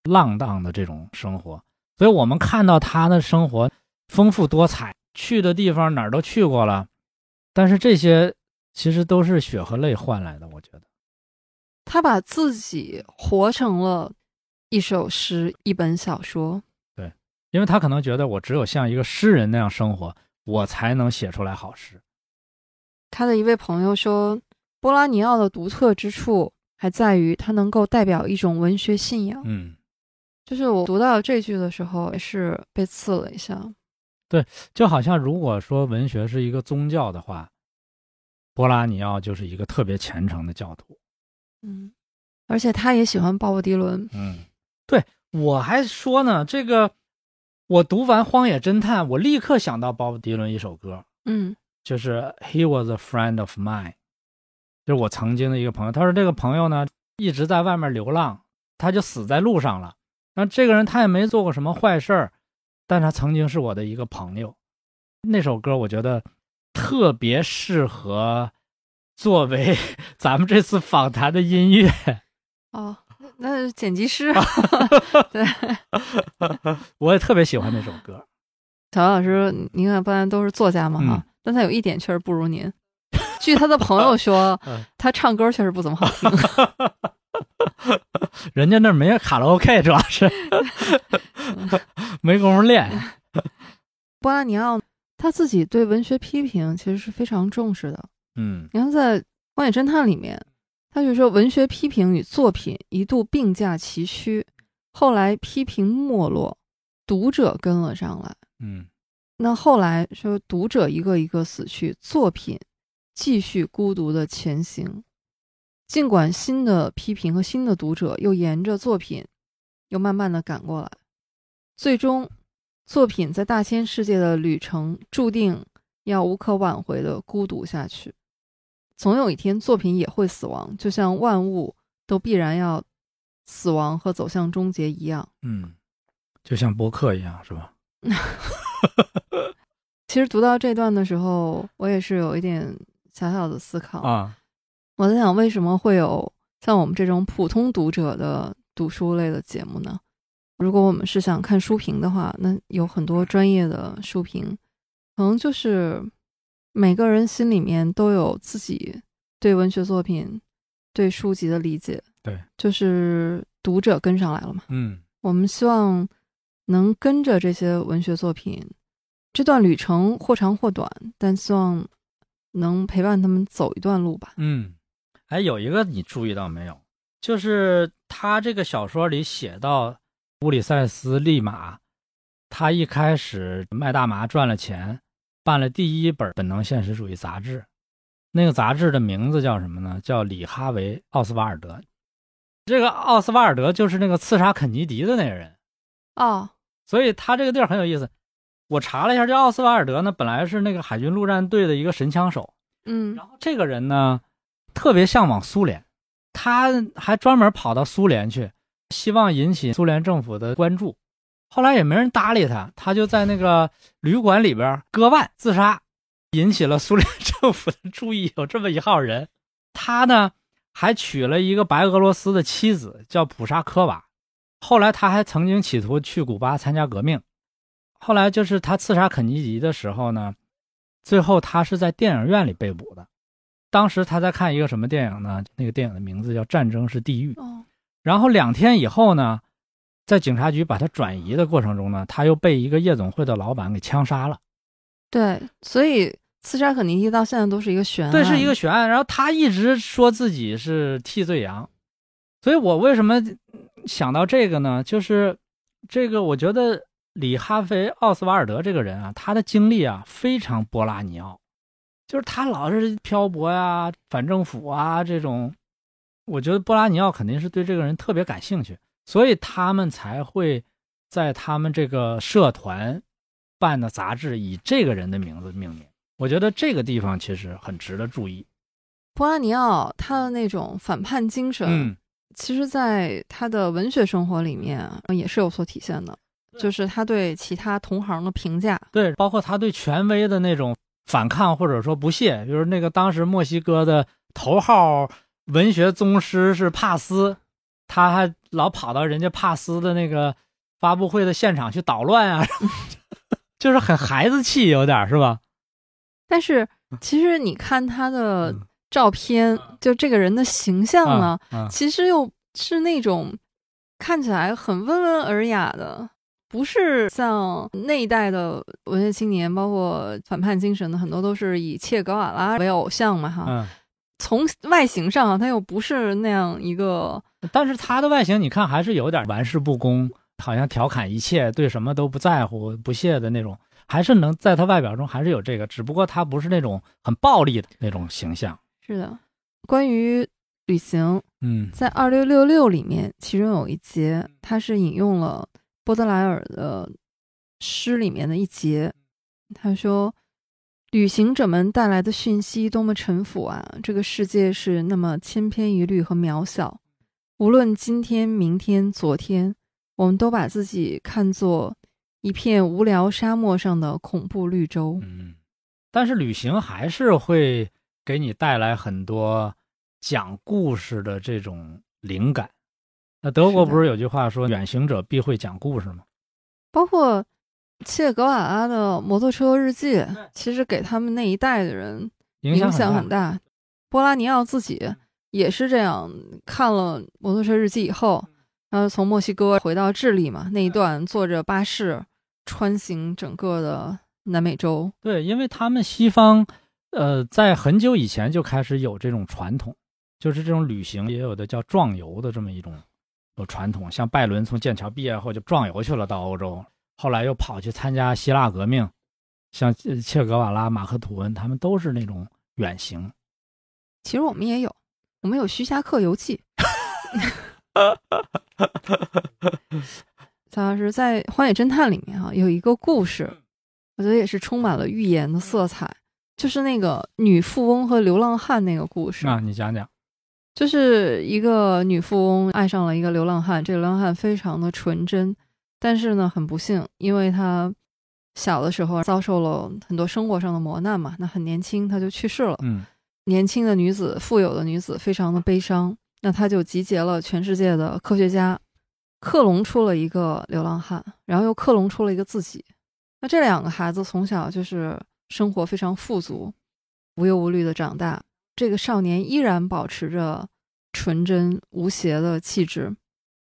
B: 浪荡的这种生活。所以我们看到他的生活丰富多彩，去的地方哪儿都去过了，但是这些其实都是血和泪换来的，我觉得。
A: 他把自己活成了一首诗、一本小说。
B: 因为他可能觉得我只有像一个诗人那样生活，我才能写出来好诗。
A: 他的一位朋友说，波拉尼奥的独特之处还在于他能够代表一种文学信仰。
B: 嗯，
A: 就是我读到这句的时候，也是被刺了一下。
B: 就好像如果说文学是一个宗教的话，波拉尼奥就是一个特别虔诚的教徒。
A: 嗯，而且他也喜欢鲍勃迪伦。
B: 嗯，对我还说呢，这个我读完《荒野侦探》，我立刻想到鲍勃迪伦一首歌，
A: 嗯
B: 就是 He was a friend of mine，就是我曾经的一个朋友。他说这个朋友呢一直在外面流浪，他就死在路上了。那这个人他也没做过什么坏事儿，但他曾经是我的一个朋友。那首歌我觉得特别适合作为 咱们这次访谈的音乐。
A: 哦，那那是剪辑 师。对，
B: 我也特别喜欢那首歌。
A: 小杨老师，您看，不然都是作家嘛哈，
B: 嗯
A: 但他有一点确实不如您。 据他的朋友说
B: 嗯，
A: 他唱歌确实不怎么好听。
B: 人家那儿没有卡拉 OK，主要是没工夫练。
A: 波拉尼奥他自己对文学批评其实是非常重视的。
B: 嗯
A: 你看，在《荒野侦探》里面，他就说，文学批评与作品一度并驾齐驱，后来批评没落，读者跟了上来。
B: 嗯
A: 那后来说，读者一个一个死去，作品继续孤独的前行。尽管新的批评和新的读者又沿着作品又慢慢的赶过来，最终作品在大千世界的旅程注定要无可挽回的孤独下去。总有一天，作品也会死亡，就像万物都必然要死亡和走向终结一样。
B: 嗯，就像播客一样，是吧？
A: 其实读到这段的时候，我也是有一点小小的思考。
B: 啊，
A: 我在想，为什么会有像我们这种普通读者的读书类的节目呢？如果我们是想看书评的话，那有很多专业的书评，可能就是每个人心里面都有自己对文学作品、对书籍的理解。
B: 对，
A: 就是读者跟上来了嘛。
B: 嗯
A: 我们希望能跟着这些文学作品，这段旅程或长或短，但希望能陪伴他们走一段路吧。
B: 嗯，哎，有一个你注意到没有？就是他这个小说里写到乌里塞斯利马，他一开始卖大麻赚了钱，办了第一本本能现实主义杂志，那个杂志的名字叫什么呢？叫里哈维·奥斯瓦尔德。这个奥斯瓦尔德就是那个刺杀肯尼迪的那个人。
A: 哦，
B: 所以他这个地儿很有意思。我查了一下，这奥斯瓦尔德呢，本来是那个海军陆战队的一个神枪手，
A: 嗯
B: 然后这个人呢，特别向往苏联，他还专门跑到苏联去，希望引起苏联政府的关注。后来也没人搭理他，他就在那个旅馆里边割腕自杀，引起了苏联 政府的注意。有这么一号人，他呢还娶了一个白俄罗斯的妻子，叫普沙科娃。后来他还曾经企图去古巴参加革命。后来就是他刺杀肯尼迪的时候呢，最后他是在电影院里被捕的。当时他在看一个什么电影呢？那个电影的名字叫《战争是地狱》。
A: 哦，
B: 然后两天以后呢，在警察局把他转移的过程中呢，他又被一个夜总会的老板给枪杀了。
A: 对，所以刺杀肯尼迪到现在都是一个悬案，
B: 这是一个悬案。然后他一直说自己是替罪羊，所以我为什么想到这个呢？就是这个，我觉得里哈菲·奥斯瓦尔德这个人啊，他的经历啊非常波拉尼奥，就是他老是漂泊呀、反政府啊这种。我觉得波拉尼奥肯定是对这个人特别感兴趣，所以他们才会在他们这个社团办的杂志以这个人的名字命名。我觉得这个地方其实很值得注意。
A: 波拉尼奥他的那种反叛精神，
B: 嗯
A: 其实，在他的文学生活里面啊也是有所体现的，就是他对其他同行的评价，
B: 对，包括他对权威的那种反抗或者说不屑，就是那个当时墨西哥的头号文学宗师是帕斯，他还老跑到人家帕斯的那个发布会的现场去捣乱啊， 就是很孩子气，有点儿是吧？
A: 但是其实你看他的
B: 嗯
A: 照片，就这个人的形象呢，
B: 啊啊
A: 其实又是那种看起来很温文尔雅的，不是像那一代的文学青年，包括反叛精神的很多都是以切格瓦拉为偶像嘛哈。
B: 嗯，
A: 从外形上，啊他又不是那样一个
B: 但是他的外形你看还是有点玩世不恭，好像调侃一切，对什么都不在乎、不屑的那种，还是能在他外表中还是有这个，只不过他不是那种很暴力的那种形象。
A: 是的。关于旅行，
B: 嗯
A: 在二六六六里面，其中有一节，它是引用了波德莱尔的诗里面的一节，他说：“旅行者们带来的讯息多么沉浮啊！这个世界是那么千篇一律和渺小。无论今天、明天、昨天，我们都把自己看作一片无聊沙漠上的恐怖绿洲。
B: 嗯，但是旅行还是会给你带来很多讲故事的这种灵感。那德国
A: 是的
B: 不是有句话说“远行者必会讲故事”吗？
A: 包括切格瓦拉的《摩托车日记》，其实给他们那一代的人
B: 影
A: 响
B: 响大。
A: 很大。波拉尼奥自己也是这样，看了《摩托车日记》以后，然后从墨西哥回到智利嘛，那一段坐着巴士穿行整个的南美洲。
B: 对，因为他们西方，呃，在很久以前就开始有这种传统，就是这种旅行也有的叫壮游的这么一种有传统，像拜伦从剑桥毕业后就壮游去了，到欧洲，后来又跑去参加希腊革命，像切切格瓦拉、马克吐温他们都是那种远行。
A: 其实我们也有，我们有徐霞客游记。 曹老师在《荒野侦探》里面哈、有一个故事，我觉得也是充满了寓言的色彩，就是那个女富翁和流浪汉那个故事。
B: 那你讲讲，
A: 就是一个女富翁爱上了一个流浪汉，这个流浪汉非常的纯真，但是呢，很不幸，因为他小的时候遭受了很多生活上的磨难嘛，那很年轻他就去世了。
B: 嗯
A: 年轻的女子，富有的女子，非常的悲伤。那她就集结了全世界的科学家，克隆出了一个流浪汉，然后又克隆出了一个自己。那这两个孩子从小就是生活非常富足，无忧无虑的长大。这个少年依然保持着纯真无邪的气质。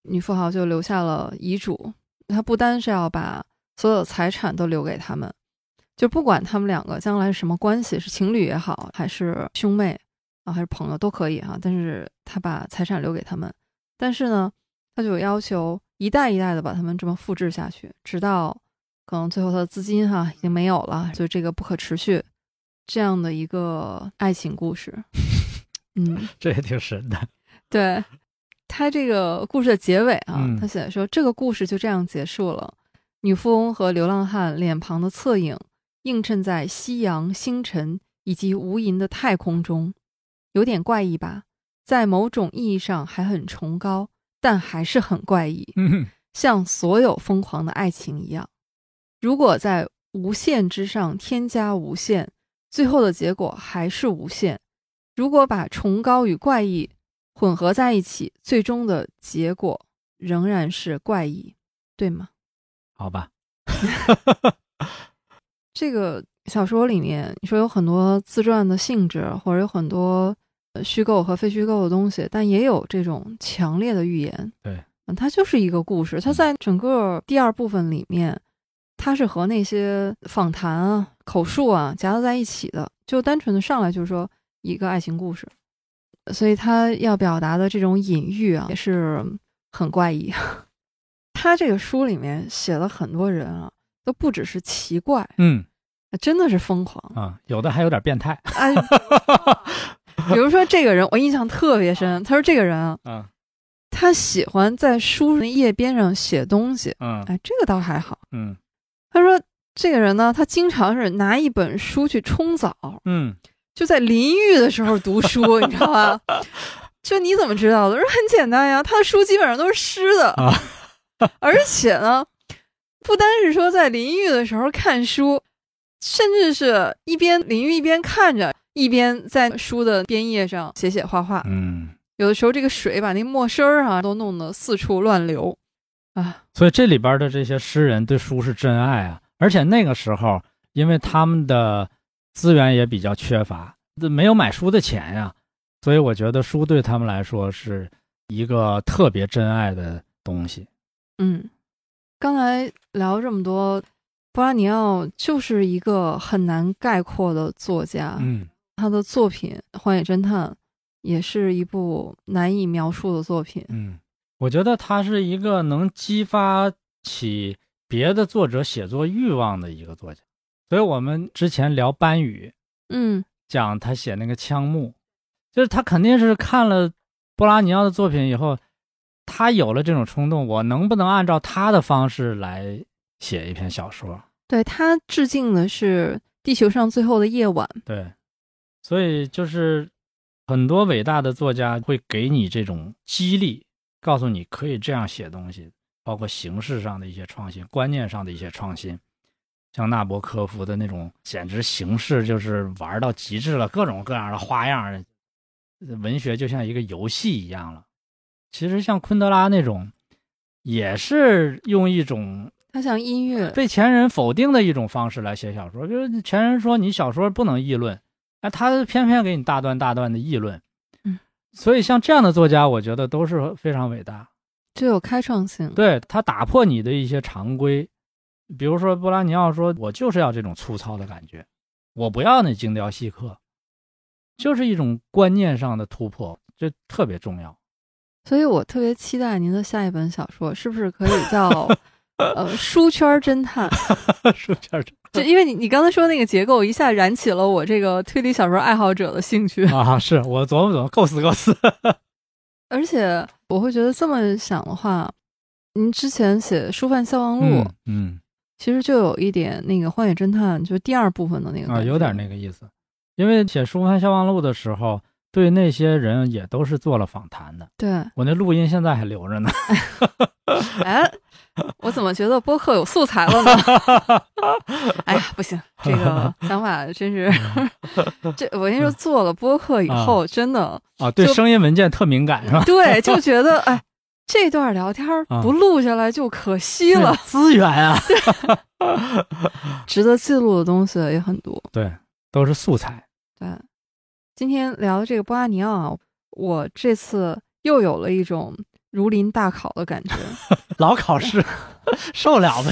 A: 女富豪就留下了遗嘱，她不单是要把所有财产都留给他们，就不管他们两个将来是什么关系，是情侣也好，还是兄妹啊，还是朋友都可以哈、但是他把财产留给他们，但是呢，他就有要求一代一代的把他们这么复制下去，直到可能最后他的资金哈、已经没有了，就这个不可持续这样的一个爱情故事。 嗯，
B: 这也挺神的。
A: 对他这个故事的结尾啊，
B: 嗯
A: 他写的说这个故事就这样结束了。女富翁和流浪汉脸庞的侧影映衬在夕阳、星辰以及无垠的太空中，有点怪异吧？在某种意义上还很崇高，但还是很怪异。
B: 嗯，
A: 像所有疯狂的爱情一样，如果在无限之上添加无限，最后的结果还是无限。如果把崇高与怪异混合在一起，最终的结果仍然是怪异，对吗？
B: 好吧，
A: 这个小说里面，你说有很多自传的性质，或者有很多呃虚构和非虚构的东西，但也有这种强烈的预言。
B: 对
A: 嗯，它就是一个故事。它在整个第二部分里面，它是和那些访谈啊、口述啊夹杂在一起的，就单纯的上来就是说一个爱情故事，所以它要表达的这种隐喻啊，也是很怪异。 他这个书里面写了很多人啊，都不只是奇怪，
B: 嗯
A: 真的是疯狂
B: 啊，有的还有点变态。
A: 哎！ 比如说这个人，我印象特别深。他说这个人啊，
B: 嗯
A: 他喜欢在书的页边上写东西。
B: 嗯
A: 哎，这个倒还好。
B: 嗯
A: 他说这个人呢，他经常是拿一本书去冲澡，
B: 嗯，
A: 就在淋浴的时候读 书，你知道吧？就你怎么知道的？我说很简单呀，他的书基本上都是湿的，
B: 啊
A: 而且呢，不单是说在淋浴的时候看书，甚至是一边淋浴一边看着，一边在书的边页上写写画画。
B: 嗯，
A: 有的时候这个水把那墨汁儿啊都弄得四处乱流啊，
B: 所以这里边的这些诗人对书是真爱啊，而且那个时候，因为他们的资源也比较缺乏，没有买书的钱呀、所以我觉得书对他们来说是一个特别真爱的东西。
A: 嗯，刚才聊这么多，波拉尼奥就是一个很难概括的作家。
B: 嗯
A: 他的作品《荒野侦探》也是一部难以描述的作品。
B: 嗯，我觉得他是一个能激发起别的作者写作欲望的一个作家。所以我们之前聊班宇，
A: 嗯
B: 讲他写那个枪木，就是他肯定是看了波拉尼奥的作品以后，他有了这种冲动，我能不能按照他的方式来写一篇小说？
A: 对他致敬的是《地球上最后的夜晚》。
B: 对，所以就是很多伟大的作家会给你这种激励，告诉你可以这样写东西，包括形式上的一些创新、观念上的一些创新。像纳博科夫的那种，简直形式就是玩到极致了，各种各样的花样儿。文学就像一个游戏一样了。其实像昆德拉那种，也是用一种
A: 他像音乐，
B: 被前人否定的一种方式来写小说，就是前人说你小说不能议论，哎，他偏偏给你大段大段的议论。
A: 嗯，
B: 所以像这样的作家，我觉得都是非常伟大。
A: 就有开创性。
B: 对他打破你的一些常规，比如说波拉尼奥说：“我就是要这种粗糙的感觉，我不要那精雕细刻。”就是一种观念上的突破，这特别重要。
A: 所以我特别期待您的下一本小说，是不是可以 叫呃书圈侦探？
B: 书圈侦
A: 就因为你你刚才说那个结构，一下燃起了我这个推理小说爱好者的兴趣，
B: 啊，是我琢磨琢磨，构思构思。
A: 而且我会觉得这么想的话，您之前写《书贩消亡录》
B: 嗯嗯
A: 其实就有一点那个《荒野侦探》就是第二部分的那个
B: 啊，有点
A: 那
B: 那个意思。因为写《书帆消亡录》的时候，对那些人也都是做了访谈的。
A: 对，
B: 我那录音现在还留 着呢。
A: 哎，我怎么觉得播客有素材了呢？ 哎呀，不行，这个想法真是，
B: 嗯
A: 这我跟你说，做了播客以后，真的
B: 啊，对
A: 就
B: 声音文件特敏感是吧？
A: 对，就觉得哎，这段聊天儿
B: 啊
A: 不录下来就可惜了，
B: 对资源啊，
A: 值得记录的东西也很多。
B: 对，都是素材。
A: 对，今天聊的这个波拉尼奥啊，我这次又有了一种如临大考的感觉。
B: 老考试 受了 吗？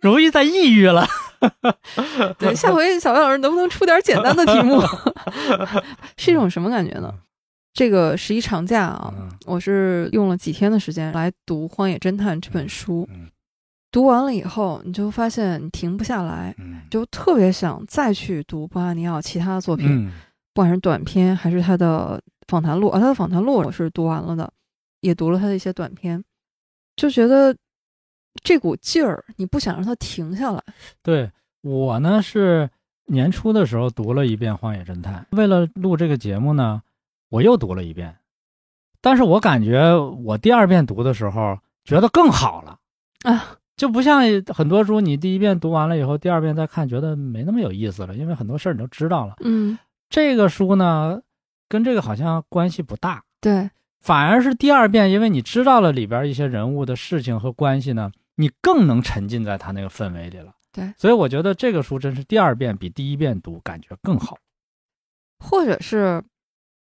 B: 容易再抑郁了。
A: 对，下回小白老师能不能出点简单的题目？是一种什么感觉呢？这个十一长假啊，
B: 嗯
A: 我是用了几天的时间来读《荒野侦探》这本书。
B: 嗯
A: 读完了以后，你就发现你停不下来，
B: 嗯
A: 就特别想再去读波拉尼奥其他的作品，
B: 嗯
A: 不管是短篇还是他的访谈录啊，他的访谈录我是读完了的，也读了他的一些短篇，就觉得这股劲儿，你不想让它停下来。
B: 对我呢是年初的时候读了一遍《荒野侦探》，为了录这个节目呢，我又读了一遍，但是我感觉我第二遍读的时候觉得更好了
A: 啊，
B: 就不像很多书你第一遍读完了以后，第二遍再看觉得没那么有意思了，因为很多事儿你都知道了。
A: 嗯，
B: 这个书呢，跟这个好像关系不大，
A: 对，
B: 反而是第二遍，因为你知道了里边一些人物的事情和关系呢，你更能沉浸在他那个氛围里了。
A: 对
B: 所以我觉得这个书真是第二遍比第一遍读感觉更好。
A: 或者是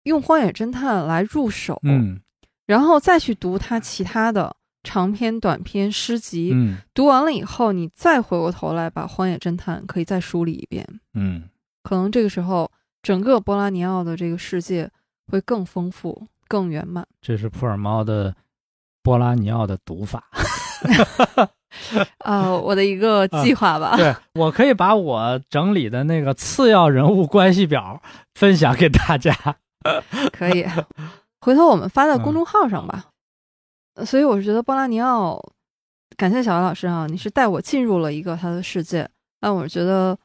A: 用《荒野侦探》来入手，
B: 嗯
A: 然后再去读他其他的长篇、短篇诗集，
B: 嗯
A: 读完了以后，你再回过头来把《荒野侦探》可以再梳理一遍，
B: 嗯，
A: 可能这个时候整个波拉尼奥的这个世界会更丰富、更圆满。
B: 这是普尔猫的波拉尼奥的读法。
A: 呃，我的一个
B: 啊
A: 计划吧。
B: 对 我可以把我整理的那个次要人物关系表分享给大家。
A: 可以， 回头我们发到公众号上吧。呃所以我是觉得波拉尼奥，感谢小白老师啊，你是带我进入了一个他的世界，但我觉得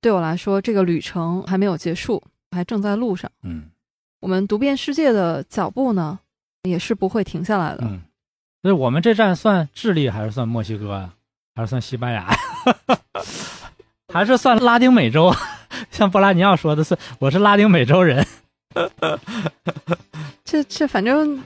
A: 对我来说，这个旅程还没有结束，还正在路上。
B: 嗯
A: 我们读遍世界的脚步呢，也是不会停下来的。
B: 嗯，所以我们这站算智利还是算墨西哥呀？还是算西班牙呀？啊 还是算拉丁美洲？啊 像布拉尼奥说的是，我是拉丁美洲人。
A: 这这，反正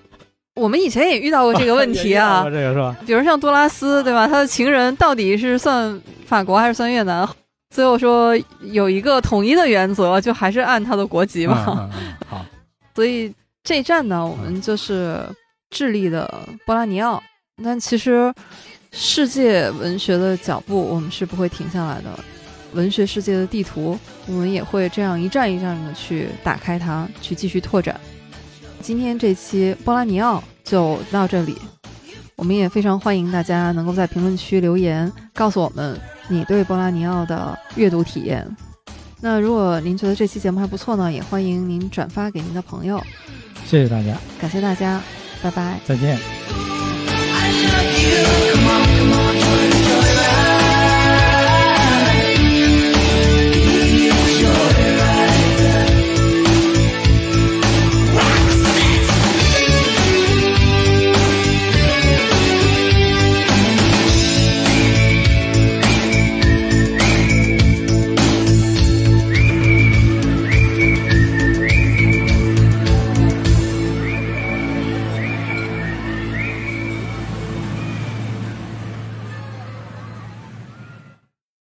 A: 我们以前 也遇到过这个问 题啊。
B: 这个是吧？
A: 比如像多拉斯，对吧？他的情人到底是算法国还是算越南？最后说有一个统一的原则，就还是按他的国籍嘛。
B: 嗯嗯嗯好，
A: 所以这一站呢，我们就是智利的波拉尼奥。但其实世界文学的脚步，我们是不会停下来的。文学世界的地图，我们也会这样一站一站的去打开它，去继续拓展。今天这期波拉尼奥就到这里，我们也非常欢迎大家能够在评论区留言，告诉我们你对波拉尼奥的阅读体验。那如果您觉得这期节目还不错呢，也欢迎您转发给您的朋友。
B: 谢谢大家，
A: 感谢大家，拜拜。
B: 再见。